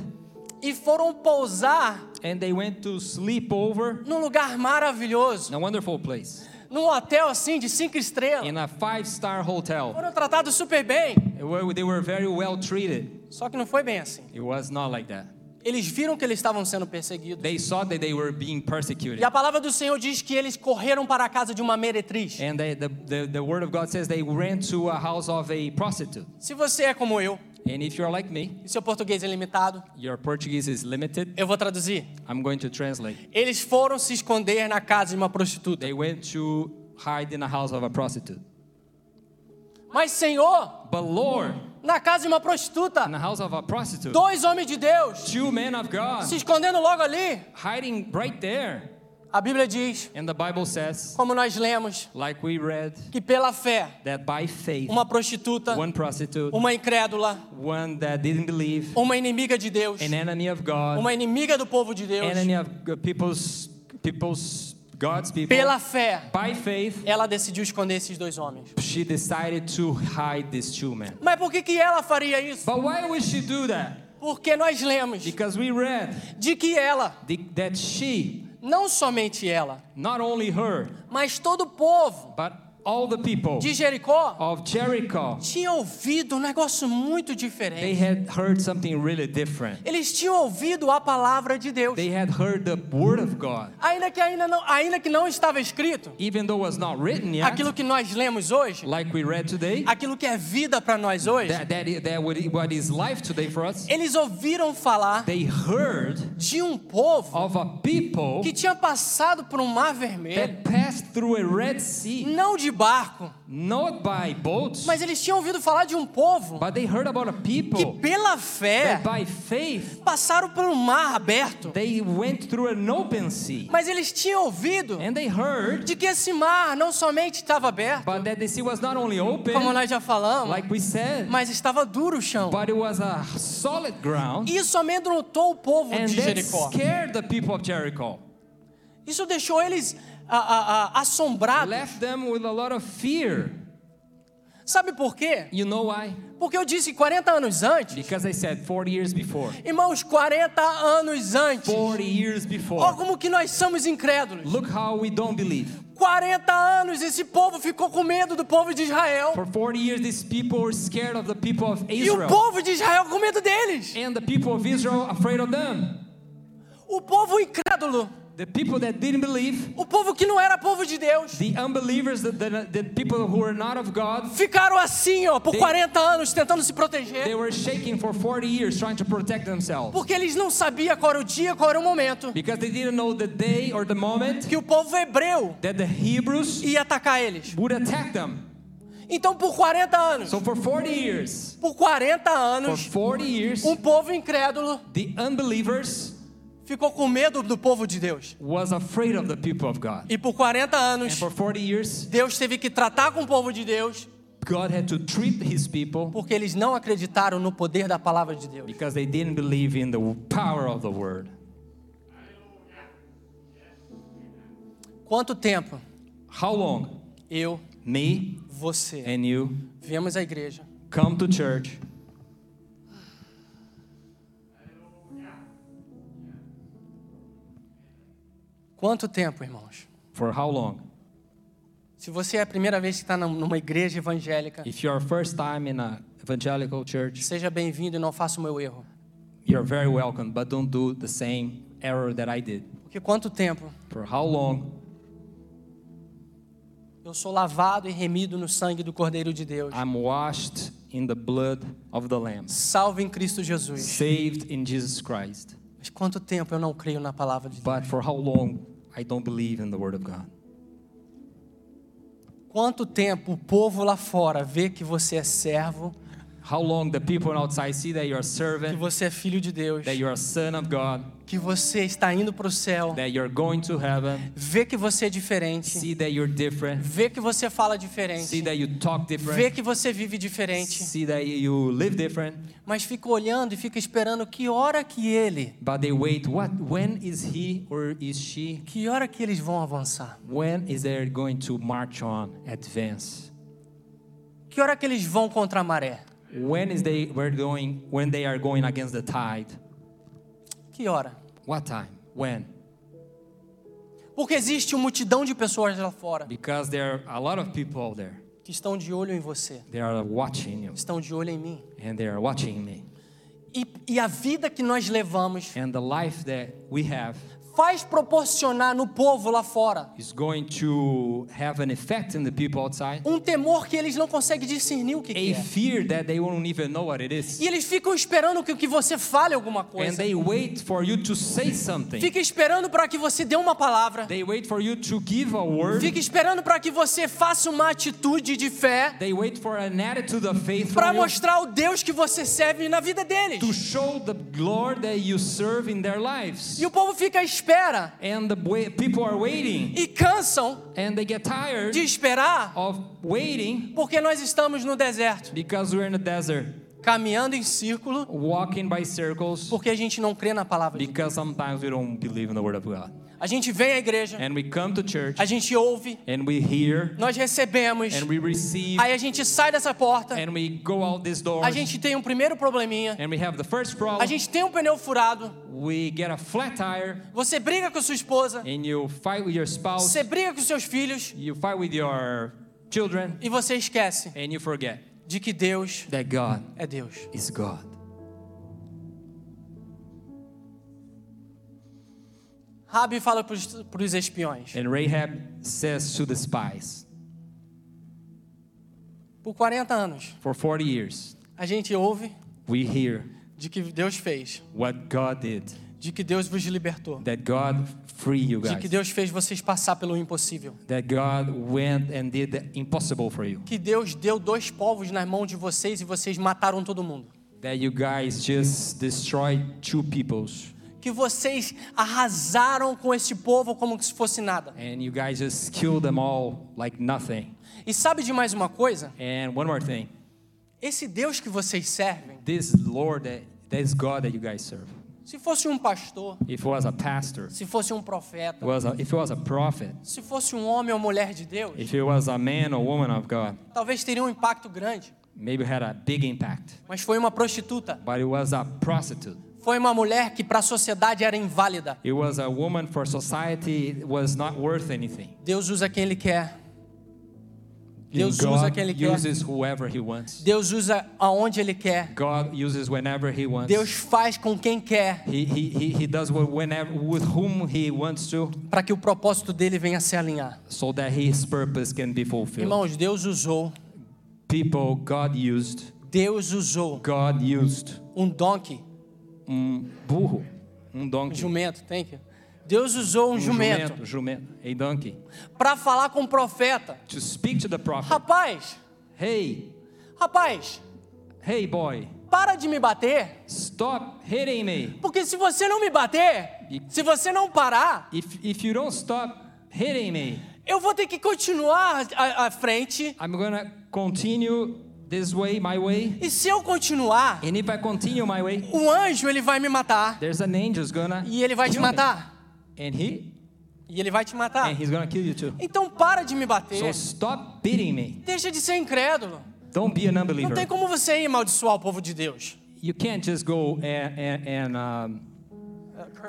e foram pousar
and they went to sleep over
num lugar maravilhoso,
in a wonderful place
num hotel assim de cinco estrelas.
in a five star hotel
Foram tratados super bem.
where they were very well treated.
Só que não foi bem assim.
It was not like that.
Eles viram que eles estavam sendo perseguidos.
They saw that they were being
E
persecuted.
a palavra do Senhor diz que eles correram para a casa de uma meretriz.
And they, the, the, the word of God says they ran to a house of a prostitute.
Se você é como eu
And if you're like me,
e seu português é limitado,
Your Portuguese is limited.
eu vou traduzir.
I'm going to translate.
Eles foram se esconder na casa de uma prostituta.
They went to hide in the house of a prostitute.
Mas, Senhor,
But Lord,
na casa de uma prostituta,
in the house of a prostitute,
dois homens de Deus
two men of God
se escondendo logo ali.
hiding right there.
A Bíblia diz,
And the Bible says,
como nós lemos,
like we read,
que pela fé,
that by faith,
uma prostituta,
one prostitute,
uma incrédula,
one that didn't believe,
uma inimiga de Deus,
an enemy of God,
uma inimiga do povo de Deus,
enemy of g- people's, people's, God's people,
pela fé,
by faith,
ela decidiu esconder esses dois homens.
she decided to hide these two men.
Mas por que, que ela faria isso?
But why would she do that?
Porque nós lemos
Because we read
de que ela,
the- that she
não somente ela,
not only her,
mas todo o povo
but all the people
de Jericó
of Jericho,
tinha ouvido um negócio muito
they
diferente.
had heard something really different.
Eles tinham ouvido a palavra de Deus.
They had heard the word of God,
Ainda que, ainda não, ainda que não estava escrito,
even though it was not written yet,
aquilo que nós lemos hoje,
like we read today,
aquilo que é vida para nós hoje,
that, that, is- that would, what is life today for us.
eles ouviram falar
They heard
de um povo
of a people
que tinha passado por um mar vermelho,
that passed through a Red Sea,
não de barco,
not by boats,
mas eles tinham ouvido falar de um povo
but they heard about a
que
people
pela
that
fé
by faith
passaram por um mar aberto,
they went through an open sea.
mas eles tinham ouvido
And they heard
de que esse mar não somente estava aberto,
But that the sea was not only open,
como nós já falamos,
like we said,
mas estava duro o chão.
but it was a solid ground,
Isso amedrontou o povo
and
de
that
Jericó.
scared the people of Jericho,
Isso deixou eles a- a- a- assombrados.
left them with a lot of fear.
Sabe por quê?
You know why?
Porque eu disse 40 anos antes.
Because I said 40 years before.
Irmãos, 40 anos antes.
40 years before.
Olha como que nós somos incrédulos.
Look how we don't believe.
40 anos esse povo ficou com medo do povo de Israel.
For 40 years, these people were scared of the people of
E o
Israel.
povo de Israel com medo deles.
And the people of Israel afraid of them.
O povo incrédulo.
The people that didn't believe,
O povo que não era povo de Deus.
the unbelievers, the, the, the people who were not of God,
Ficaram assim, ó, por
They-
40 anos tentando se proteger.
they were shaking for 40 years trying to protect themselves.
Porque eles não sabiam qual era o dia, qual era o momento
Because they didn't know the day or the moment
que o povo hebreu
that the Hebrews
ia atacar eles.
would attack them.
Então, por 40 anos,
So for 40 years,
por 40
for
anos,
40 years,
um povo incrédulo
the unbelievers
ficou com medo do povo de Deus.
was afraid of the people of God.
E por 40 anos,
And for 40 years,
Deus teve que tratar com o povo de Deus
God had to treat his people
porque eles não acreditaram no poder da palavra de Deus.
because they didn't believe in the power of the word.
Quanto tempo
How long
eu,
me
você,
and you
viemos à igreja
come to church
Quanto tempo, irmãos?
for how long?
Se você é a primeira vez que está na- numa igreja evangélica,
If you're first time in a evangelical church,
seja bem-vindo e não faça o meu erro.
you're very welcome, but don't do the same error that I did.
Porque quanto tempo
For how long
eu sou lavado e remido no sangue do Cordeiro de Deus,
I'm washed in the blood of the Lamb,
salvo em Cristo Jesus.
saved in Jesus Christ.
Mas quanto tempo eu não creio na palavra de Deus?
But for how long I don't believe in the word of God?
Quanto tempo o povo lá fora vê que você é servo,
How long the people outside see that you're a
que
servant,
você é filho de Deus,
that you're a son of God,
que você está indo para o céu,
that you're going to heaven,
vê que você é diferente,
see that you're different,
vê que você fala
see
diferente,
that you talk
vê
different,
que você vive diferente.
see that you live different,
mas fica olhando e fica esperando que hora que ele,
but they wait. What? When is he or is she?
que hora que eles vão avançar,
When is they going to march on, advance?
que hora que eles vão contra a maré,
When is they were going? When they are going against the tide?
que hora?
What time? When?
Porque existe uma multidão de pessoas lá fora
Because there are a lot of people out there.
que estão de olho em você,
They are watching you,
estão de olho em mim.
and they are watching me.
E, e a vida que nós levamos
And the life that we have
faz proporcionar no povo lá fora
is going to have an effect in the people outside.
um temor que eles não conseguem discernir o que, que
A
é.
fear that they won't even know what it is.
E eles ficam esperando que, que você fale alguma
And
coisa.
they wait for you to say something.
Fica esperando para que você dê uma palavra.
They wait for you to give a word.
Fica esperando para que você faça uma atitude de fé.
They wait for an attitude of faith
para
from you
mostrar o Deus que você serve na vida
to
deles.
show the Lord that you serve in their lives.
E o povo fica à espera
And the way, people are waiting
e cansam
and they get tired
de esperar,
of waiting
porque nós estamos no deserto,
because we're in the desert,
caminhando em círculo,
walking by circles
porque a gente não crê na palavra. de Deus.
because sometimes we don't believe in the word of God.
A gente vem à igreja,
And we come to church
a gente ouve,
and we hear
nós recebemos,
and we receive
aí a gente sai dessa porta,
and we go out this door
a gente tem um primeiro probleminha,
and we have the first
a
problem
gente tem um pneu furado,
we get a flat tire
você briga com sua esposa,
and you fight with your spouse
você briga com seus filhos
you fight with your children
e você esquece
and you forget
de que Deus
that God
é Deus.
is God
Rabi fala para os espiões.
and Rahab says to the spies
Por 40 anos,
for 40 years
a gente ouve
we hear
de que Deus fez,
what God did
de que Deus vos libertou,
that God free you
de que
guys
Deus fez vocês passar pelo impossível,
that God went and did the impossible for you
que Deus deu dois povos nas mãos de vocês e vocês mataram todo mundo,
that you guys just destroyed two peoples
que vocês arrasaram com esse povo como se fosse nada.
and you guys just killed them all like nothing.
E sabe de mais uma coisa?
And one more thing,
Esse Deus que vocês servem,
this Lord, that, this God that you guys serve,
se fosse um pastor,
if it was a pastor,
se fosse um profeta,
was a, if it was a prophet,
se fosse um homem ou mulher de Deus,
if it was a man or woman of God,
talvez teria um impacto grande,
maybe it had a big impact.
mas foi uma prostituta,
But it was a prostitute,
Foi uma mulher que para a sociedade era inválida.
It was a woman for society it was not worth anything.
Deus usa quem Ele quer.
And
Deus usa
God
quem Ele quer.
uses whoever He wants.
Deus usa aonde Ele quer.
God uses whenever He wants.
Deus faz com quem quer
He, he, he, he does what whenever with whom He wants to,
para que o propósito dele venha a se alinhar.
so that His purpose can be fulfilled.
Irmãos, Deus usou,
People God used,
Deus usou
God used
um donkey,
um burro, um
um
donkey,
jumento, tem que. Deus usou um jumento
jumento, jumento, a donkey,
para falar com o profeta.
to speak to the prophet.
Rapaz,
Hey,
rapaz,
hey, boy,
para de me bater,
stop hitting me.
porque se você não me bater, se você não parar,
If if you don't stop hitting me,
eu vou ter que continuar à, à frente.
I'm gonna continue this way, my way.
E se eu continuar,
And if I continue my way,
o anjo ele vai me matar
there's an angel who's gonna
e ele vai te
kill me.
matar.
And he
E ele vai te matar.
and he's gonna kill you too.
Então para de me
So
bater.
stop beating me.
Deixa de ser incrédulo.
Don't be an
Não tem
unbeliever.
como você ir amaldiçoar o povo de Deus.
You can't just go and and, and um,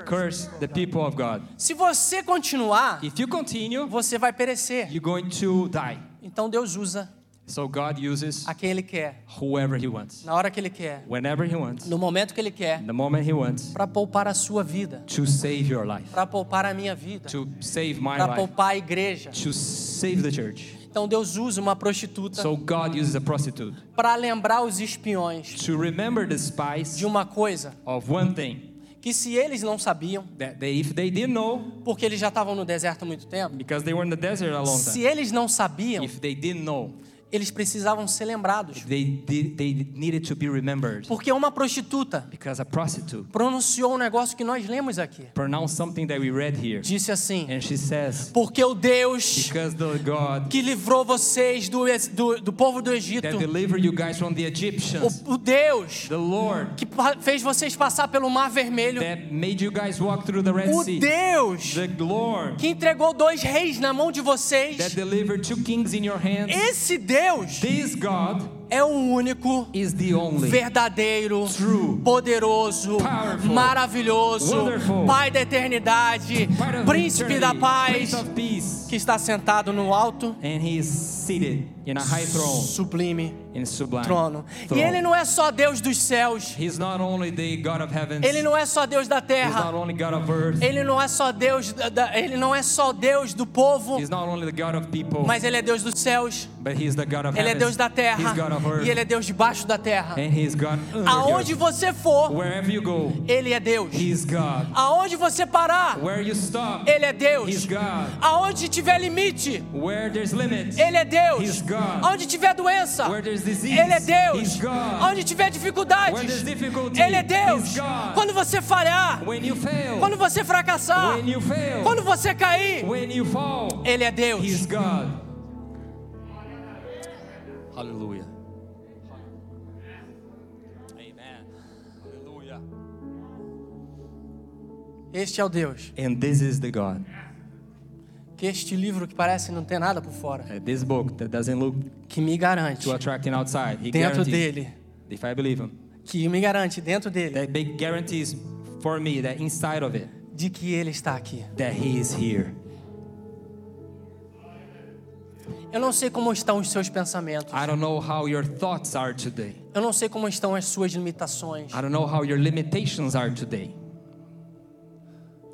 curse the people of God.
Se você continuar,
If you continue,
você vai perecer.
you're going to die.
Então Deus usa
So God uses
a quem Ele quer,
whoever He wants,
na hora que Ele quer,
whenever He wants,
no momento que Ele quer,
the moment He wants,
para poupar a sua vida,
to save your life,
para poupar a minha vida,
to save my
para
life,
poupar a igreja.
to save the church.
Então Deus usa uma prostituta
So God uses a prostitute
para lembrar os espiões
to remember the spies
de uma coisa
of one thing
que se eles não sabiam,
that they, if they didn't know,
porque eles já estavam no deserto há muito tempo,
because they were in the desert a long time,
se eles não sabiam,
if they didn't know,
eles precisavam ser lembrados.
they did, they needed to be remembered
Porque uma prostituta
because a prostitute
pronunciou um negócio que nós lemos aqui.
pronounced something that we read here,
Disse assim:
and she says,
Porque o Deus
"Because the God
que livrou vocês do, ex- do, do povo do
that
Egito,
delivered you guys from the Egyptians,
o, o Deus
the Lord
que pa- fez vocês passar pelo Mar Vermelho,
that made you guys walk through the Red
o
Sea,
Deus
the Lord
que entregou dois reis na mão de
that
vocês,
delivered two kings in your hands,
esse Deus
this God
é o único,
is the only
verdadeiro,
True.
poderoso,
Powerful.
maravilhoso,
Wonderful.
Pai da eternidade,
part of
Príncipe da
eternity,
paz,
Prince of peace.
que está sentado no alto,
And he is seated in a high throne
sublime
in sublime
trono. E
throne.
ele não é só Deus dos céus,
He's not only the God of heavens.
ele não é só Deus da
He's
terra.
not only God of earth.
Ele não é só Deus, da- da- ele não é só Deus do povo,
He's not only the God of people,
mas ele é Deus dos céus,
but he's the God of
ele é
heavens.
Deus da terra
He's God of earth.
e ele é Deus debaixo da terra.
And he's Oh, God under
Aonde
the
você
earth.
for,
Wherever you go,
ele é Deus.
he's God.
Aonde você parar,
Where you stop,
ele é Deus.
he's God.
Aonde tiver limite,
Where there's limits,
ele é Deus.
He's God.
Aonde tiver doença,
Where there's disease,
ele é Deus.
He's God.
Onde tiver
Where
dificuldades,
there's difficulty,
ele é Deus.
He's God.
Quando você falhar,
when you fail,
quando você fracassar,
when you fail,
quando você cair,
when you fall,
ele é Deus.
he's God. Hallelujah. Amen. Hallelujah.
Este é o Deus.
And this is the God.
Que este livro que parece não ter nada por fora,
Uh, this book that doesn't look
que me garante
too attracting outside. He
dentro
guarantees.
dele,
If I believe him,
que me garante dentro dele
that big guarantees for me that inside of it
de que ele está aqui.
that he is here.
Eu não sei como estão os seus pensamentos.
I don't know how your thoughts are today.
Eu não sei como estão as suas limitações.
I don't know how your limitations are today.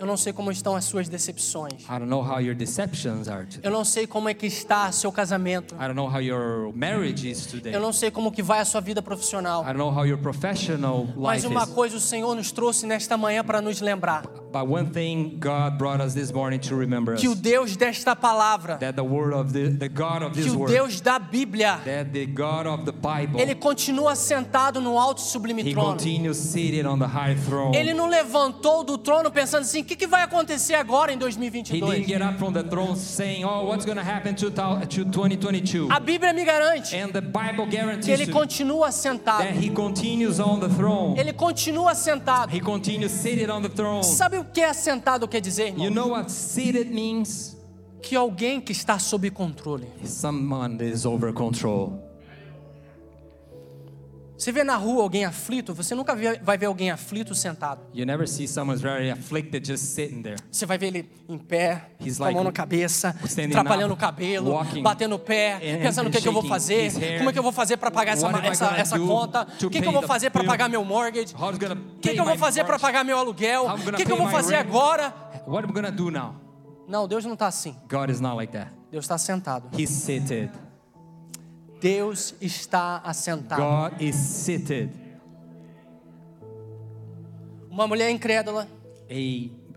Eu não sei como estão as suas decepções.
I don't know how your deceptions are today.
Eu não sei como é que está seu casamento.
I don't know how your marriage is today.
Eu não sei como que vai a sua vida profissional.
I don't know how your professional
Mas
life
uma
is.
coisa o Senhor nos trouxe nesta manhã para nos lembrar
But one thing God brought us this morning to remember us
que o Deus desta palavra,
that the word of the, the God of
que
this
o
word,
Deus da Bíblia,
that the God of the Bible,
ele continua sentado no alto e sublime
He
trono.
continues seated on the high throne.
Ele não levantou do trono pensando assim: o que, que vai acontecer agora em
He didn't
2022?
get up from the throne saying, "Oh, what's going to happen to thou- to 2022?"
A Bíblia me garante
And the Bible
que
guarantees
ele
to-
continua sentado.
that He continues on the throne.
Ele continua sentado.
He continues seated on the throne.
Sabe o que é sentado quer dizer,
You
irmão?
know what seated means?
Que alguém que está sob controle.
Someone that is over control.
Você vê na rua alguém aflito, você nunca vê- vai ver alguém aflito sentado.
You never see someone very afflicted just sitting there.
Você vai ver ele em pé,
He's
com a mão
like
na cabeça,
standing
atrapalhando o
up,
cabelo,
walking,
batendo o pé,
and-
pensando o que,
and
que eu vou
shaking
fazer,
his hair.
como é que eu vou fazer para pagar essa,
What am I
essa,
gonna
essa
do
conta,
to
o que, que
pay
eu vou
the
fazer para
bill?
pagar meu mortgage,
How's gonna
o que, que eu vou fazer para pagar meu aluguel,
How I'm
o
gonna
que, que
pay
eu vou
my
fazer
rent?
agora.
What am I gonna do now?
Não, Deus não está assim.
God is not like that.
Deus está sentado.
He's seated.
Deus está assentado.
God is seated.
Uma mulher incrédula,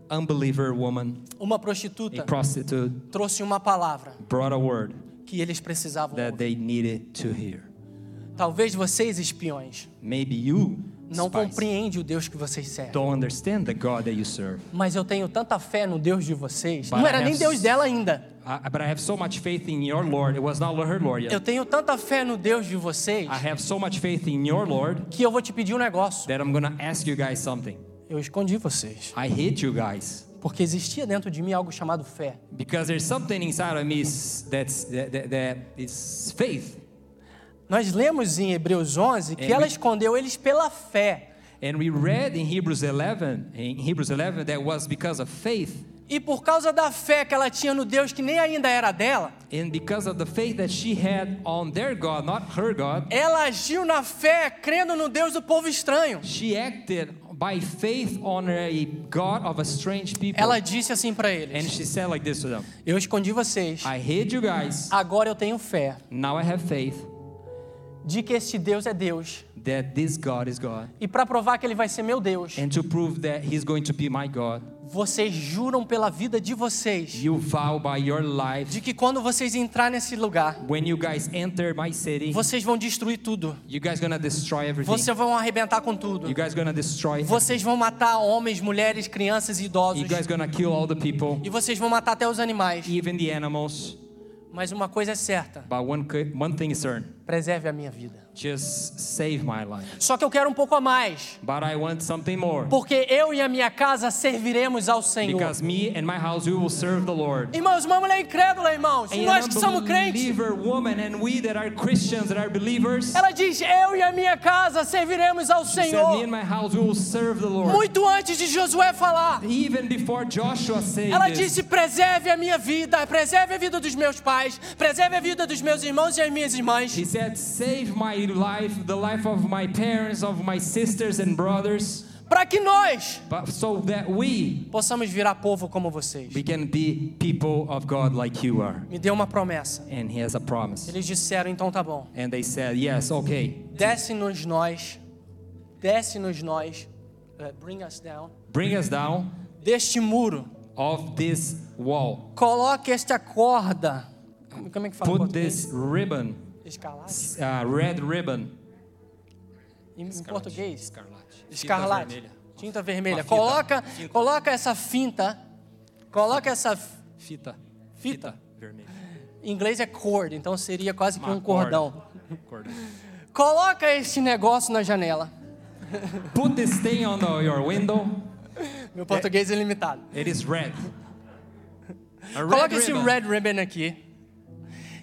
A unbeliever woman,
uma
a
prostituta,
prostitute,
trouxe uma palavra
brought a word
que eles precisavam
that
ouvir.
they needed to hear.
Talvez vocês, espiões,
Maybe you
não
spies,
compreendem o Deus que vocês servem.
don't understand the God that you serve.
Mas eu tenho tanta fé no Deus de vocês.
But
Não
I
era
have
nem Deus
s-
dela ainda.
I, but I have so much faith in your Lord. It was not her Lord
Eu
yet.
tenho tanta fé no Deus de vocês
I have so much faith in your Lord
que eu vou te pedir um negócio.
that I'm gonna ask you guys something.
Eu escondi vocês.
I hate you guys
Porque existia dentro de mim algo chamado fé.
because there's something inside of me s- that's that, that, that is faith.
Nós lemos em Hebreus 11 que
É,
ela
mas-
escondeu eles pela fé.
And we read in Hebrews 11, in Hebrews 11, that was because of faith,
E por causa da fé que ela tinha no Deus que nem ainda era dela,
and because of the faith that she had on their God, not her God,
ela agiu na fé crendo no Deus do povo estranho.
she acted by faith on a God of a strange people.
Ela disse assim para
And
eles:
she said like this to them:
Eu escondi vocês.
I hate you guys.
Agora eu tenho fé
Now I have faith
de que este Deus é Deus.
that this God is God,
E para provar que ele vai ser meu Deus,
and to prove that He's going to be my God,
vocês juram pela vida de vocês
you vow by your life.
de que quando vocês entrar nesse lugar,
When you guys enter my city,
vocês vão destruir tudo.
you guys gonna destroy everything.
Vocês vão arrebentar com tudo.
You guys gonna destroy.
Vocês vão matar homens, mulheres, crianças e idosos.
You guys gonna kill all the people,
E vocês vão matar até os animais.
even the animals.
Mas uma coisa é certa:
But one co- one thing is certain:
preserve a minha vida.
just save my life.
Só que eu quero um pouco a mais,
But I want something more,
porque eu e a minha casa serviremos ao Senhor.
because me and my house we will serve the Lord.
Irmãos, uma mulher incrédula, irmãos,
And
nós
an
que somos crentes,
unbeliever woman and we that are Christians that are believers.
ela diz: Eu e a minha casa serviremos ao
She said, me
Senhor.
and my house we will serve the Lord.
Muito antes de Josué falar,
Even before Joshua said
ela
this,
disse: preserve a minha vida, preserve a vida dos meus pais, preserve a vida dos meus irmãos e as minhas
he
irmãs.
said, save my life, the life of my parents, of my sisters and brothers,
Para que nós
but so that we
possamos virar povo como vocês.
we can be people of God like you are.
Me deu uma promessa.
And he has a promise.
Eles disseram: então tá bom.
And they said, yes, okay,
Desce-nos nós, desce-nos nós, eh, bring us down,
bring us down
deste muro.
off this wall.
Coloque esta corda. Como como é que fala em
Put
português?
this ribbon,
Escalate?
uh, red ribbon.
Em, em português?
Escarlate.
Escarlate. Tinta vermelha.
Uma fita.
Coloca, coloca essa finta. Coloca essa f-
Fita.
fita.
Vermelha.
Em inglês é cord, então seria quase que um
Uma
cordão.
Cordão.
Coloca este negócio na janela.
Put this thing on the- your window.
Meu português é limitado.
It is red. A
Coloca esse red ribbon aqui.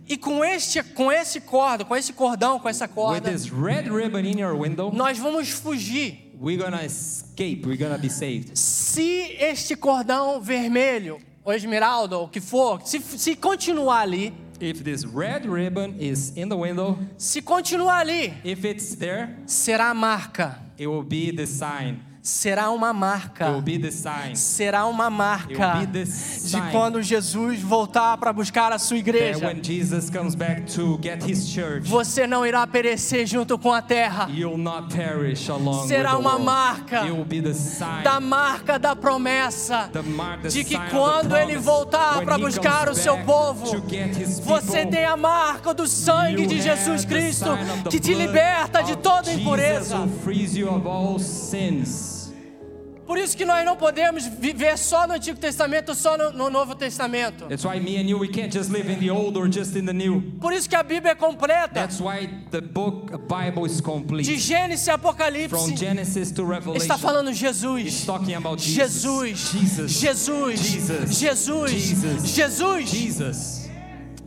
E com este, com esse corda, com esse cordão, com essa
With
corda,
this red ribbon in your window,
nós vamos fugir.
we're gonna escape. We're gonna be saved.
Se este cordão vermelho, ou esmeralda, ou o que for, se, se continuar ali,
If this red ribbon is in the window,
se continuar ali,
if it's there,
será a marca.
it will be the sign.
Será uma marca.
It will be the sign.
Será uma marca
It will be the sign.
de quando Jesus voltar para buscar a sua
That
igreja.
when Jesus comes back to get his church,
Você não irá perecer junto com a terra.
you'll not perish along
Será
with the
uma
world.
marca
It will be the sign.
Da marca da promessa.
the mark, the
de que
sign of the
quando ele
promise.
voltar
When
pra
he comes
buscar o seu
back
povo,
to get his
Você
people,
tem a marca do sangue de
You
Jesus
have the
Cristo
sign of the
que te
blood
liberta de
of
toda
Jesus
impureza.
who frees you of all sins.
Por isso que nós não podemos viver só no Antigo Testamento, só no, no Novo Testamento.
That's why me and you, we can't just live in the old or just in the new.
Por isso que a Bíblia é completa,
That's why the book Bible is
de
complete.
Gênesis a
From
Apocalipse.
Genesis to Revelation.
Está falando
It's
Jesus.
talking about Jesus.
Jesus,
Jesus.
Jesus,
Jesus.
Jesus,
Jesus.
Jesus.
Jesus.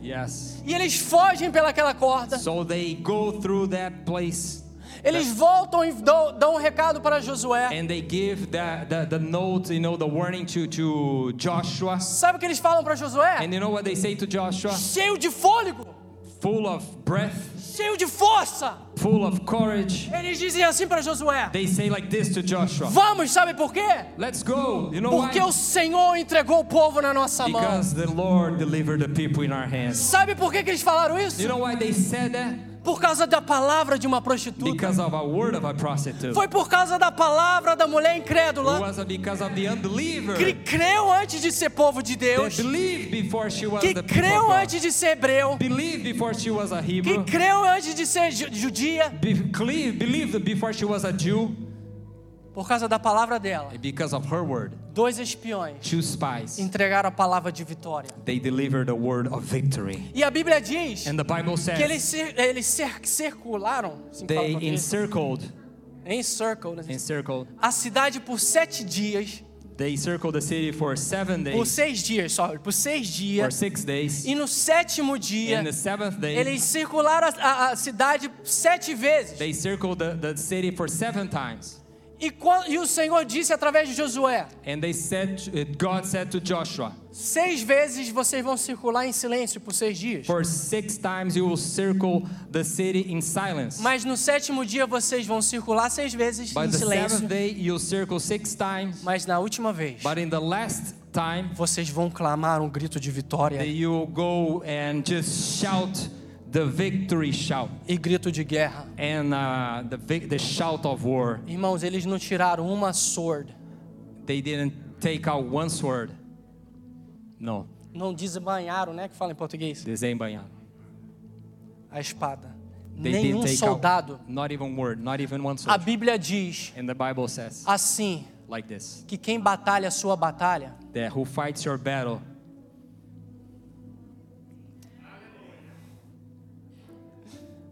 Yes.
E eles fogem pelaquela corda.
So they go through that place.
Eles voltam e dão, dão um recado para Josué.
And they give the, the, the note, you know, the warning to, to Joshua.
Sabe o que eles falam para Josué?
And you know what they say to Joshua?
Cheio de fôlego,
Full of breath,
cheio de força.
full of courage.
Eles dizem assim para Josué:
They say like this to Joshua
Vamos, sabe por quê?
Let's go. You know
Porque o
why?
Senhor entregou o povo na nossa mão.
Because the Lord delivered the people in our hands.
Sabe por que, que eles falaram
You
isso?
know why they said that?
Por causa da palavra de uma prostituta.
Because of a word of a prostitute.
Foi por causa da palavra da mulher
It
incrédula
was because of the unbeliever
que creu antes de ser povo de
that
Deus,
believed before she was
que
the people of
creu
God.
antes de ser hebreu,
Believed before she was a
que
Hebrew.
creu antes de ser ju- judia,
Be- believed believed before she was a Jew.
por causa da palavra dela.
Because of her word.
Dois espiões
Two spies.
entregaram a palavra de vitória.
They delivered a word of victory.
E a Bíblia diz
And the Bible
que eles,
says
cir- eles cer- circularam, assim fala
they
em português,
encircled,
encircled,
encircled,
a cidade por sete dias,
they encircled the city for seven
por
days,
seis dias, só, por seis
for
dias.
six days.
E no sétimo dia,
In the seventh day,
eles circularam a- a, a cidade sete vezes.
they circled the, the city for seven times.
E, quan- e o Senhor disse através de Josué:
And they said, to- God said to Joshua,
Seis vezes vocês vão circular em silêncio por seis dias.
For six times you will circle the city in silence.
Mas no sétimo dia vocês vão circular seis vezes
By
em
the
silêncio.
seventh day, you'll circle six times.
Mas na última vez,
But in the last time,
vocês vão clamar um grito de vitória
you'll go and just shout the victory shout
e grito de guerra.
and uh, the, vic- the shout of war.
Irmãos, eles não tiraram uma sword,
They didn't take out one sword. No,
não desbanharam, né? Que fala em português.
desembanhado.
A espada.
They
Nenhum
didn't take
soldado.
out not even word, not even one
A
sword.
Bíblia diz
And the Bible says
assim:
like this:
que quem batalha a sua batalha
that who fights your battle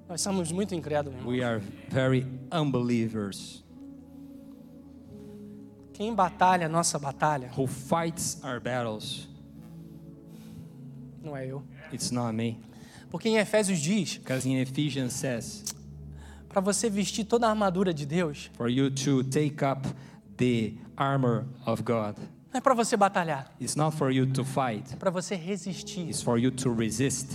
Nós somos muito incrédulos. irmão.
We are very unbelievers
Quem batalha a nossa batalha
who fights our battles.
não é eu.
It's not me.
Porque em Efésios diz
Because in Ephesians says,
para você vestir toda a armadura de Deus,
for you to take up the armor of God.
não é para você batalhar,
It's not for you to fight.
é para você resistir.
It's for you to resist.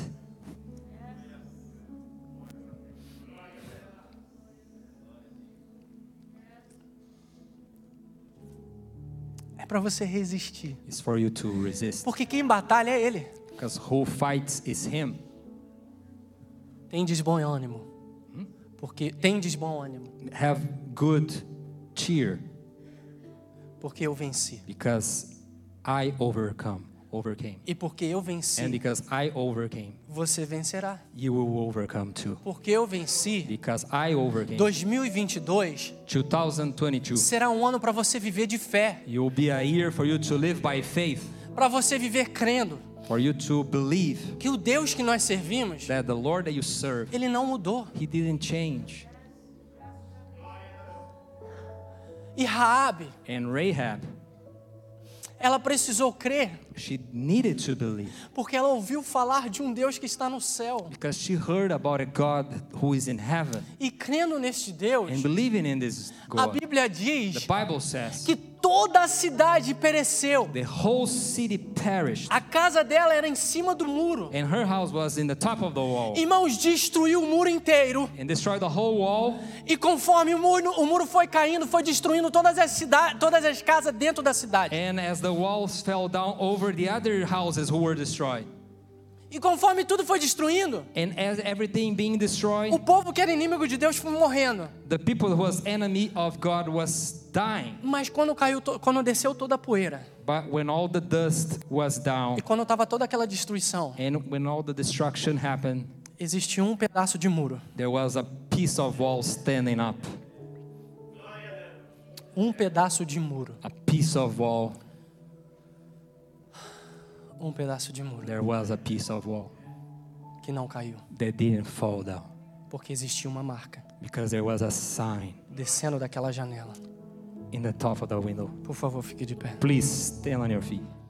É para você resistir.
It's for you to resist.
Porque quem batalha é ele.
Because who fights is him.
Tem desbom ânimo. Porque tem desbom ânimo,
Have good cheer
porque eu venci.
because I overcome, overcame.
E porque eu
And
venci,
because I overcame,
você vencerá.
you will overcome too.
Porque eu venci.
Because I overcame.
2022
2022.
será um ano para você viver de fé,
It will be a year for you to live by faith,
para você viver crendo
for you to believe
que o Deus que nós servimos,
that the Lord that you serve,
ele não mudou.
He didn't change.
E Raabe,
And Rahab,
ela precisou crer
she needed to believe
porque ela ouviu falar de um Deus que está no céu.
because she heard about a God who is in heaven
E crendo neste Deus,
and believing in this
a
God.
Bíblia
The
diz
Bible says
que toda a cidade pereceu.
the whole city perished,
A casa dela era em cima do muro.
and her house was in the top of the wall.
Irmãos, destruiu o muro inteiro.
And destroyed the whole wall,
E conforme o muro, o muro foi caindo, foi destruindo todas as, cida- todas as casas dentro da cidade.
and as the walls fell down over the other houses who were destroyed,
E conforme tudo foi destruindo,
and as everything being destroyed,
o povo que era inimigo de Deus foi morrendo.
The people who was enemy of God was dying.
Mas quando caiu, to- quando desceu toda a poeira,
But when all the dust was down
e quando estava toda aquela destruição,
and when all the destruction happened,
existia um pedaço de muro,
there was a piece of wall standing up.
um pedaço de muro,
A piece of wall.
um pedaço de muro
There was a piece of wall
que não caiu,
that didn't fall down
porque existia uma marca
because there was a sign
descendo daquela janela.
in the top of the window.
Por favor, fique de pé.
Please stand on your feet.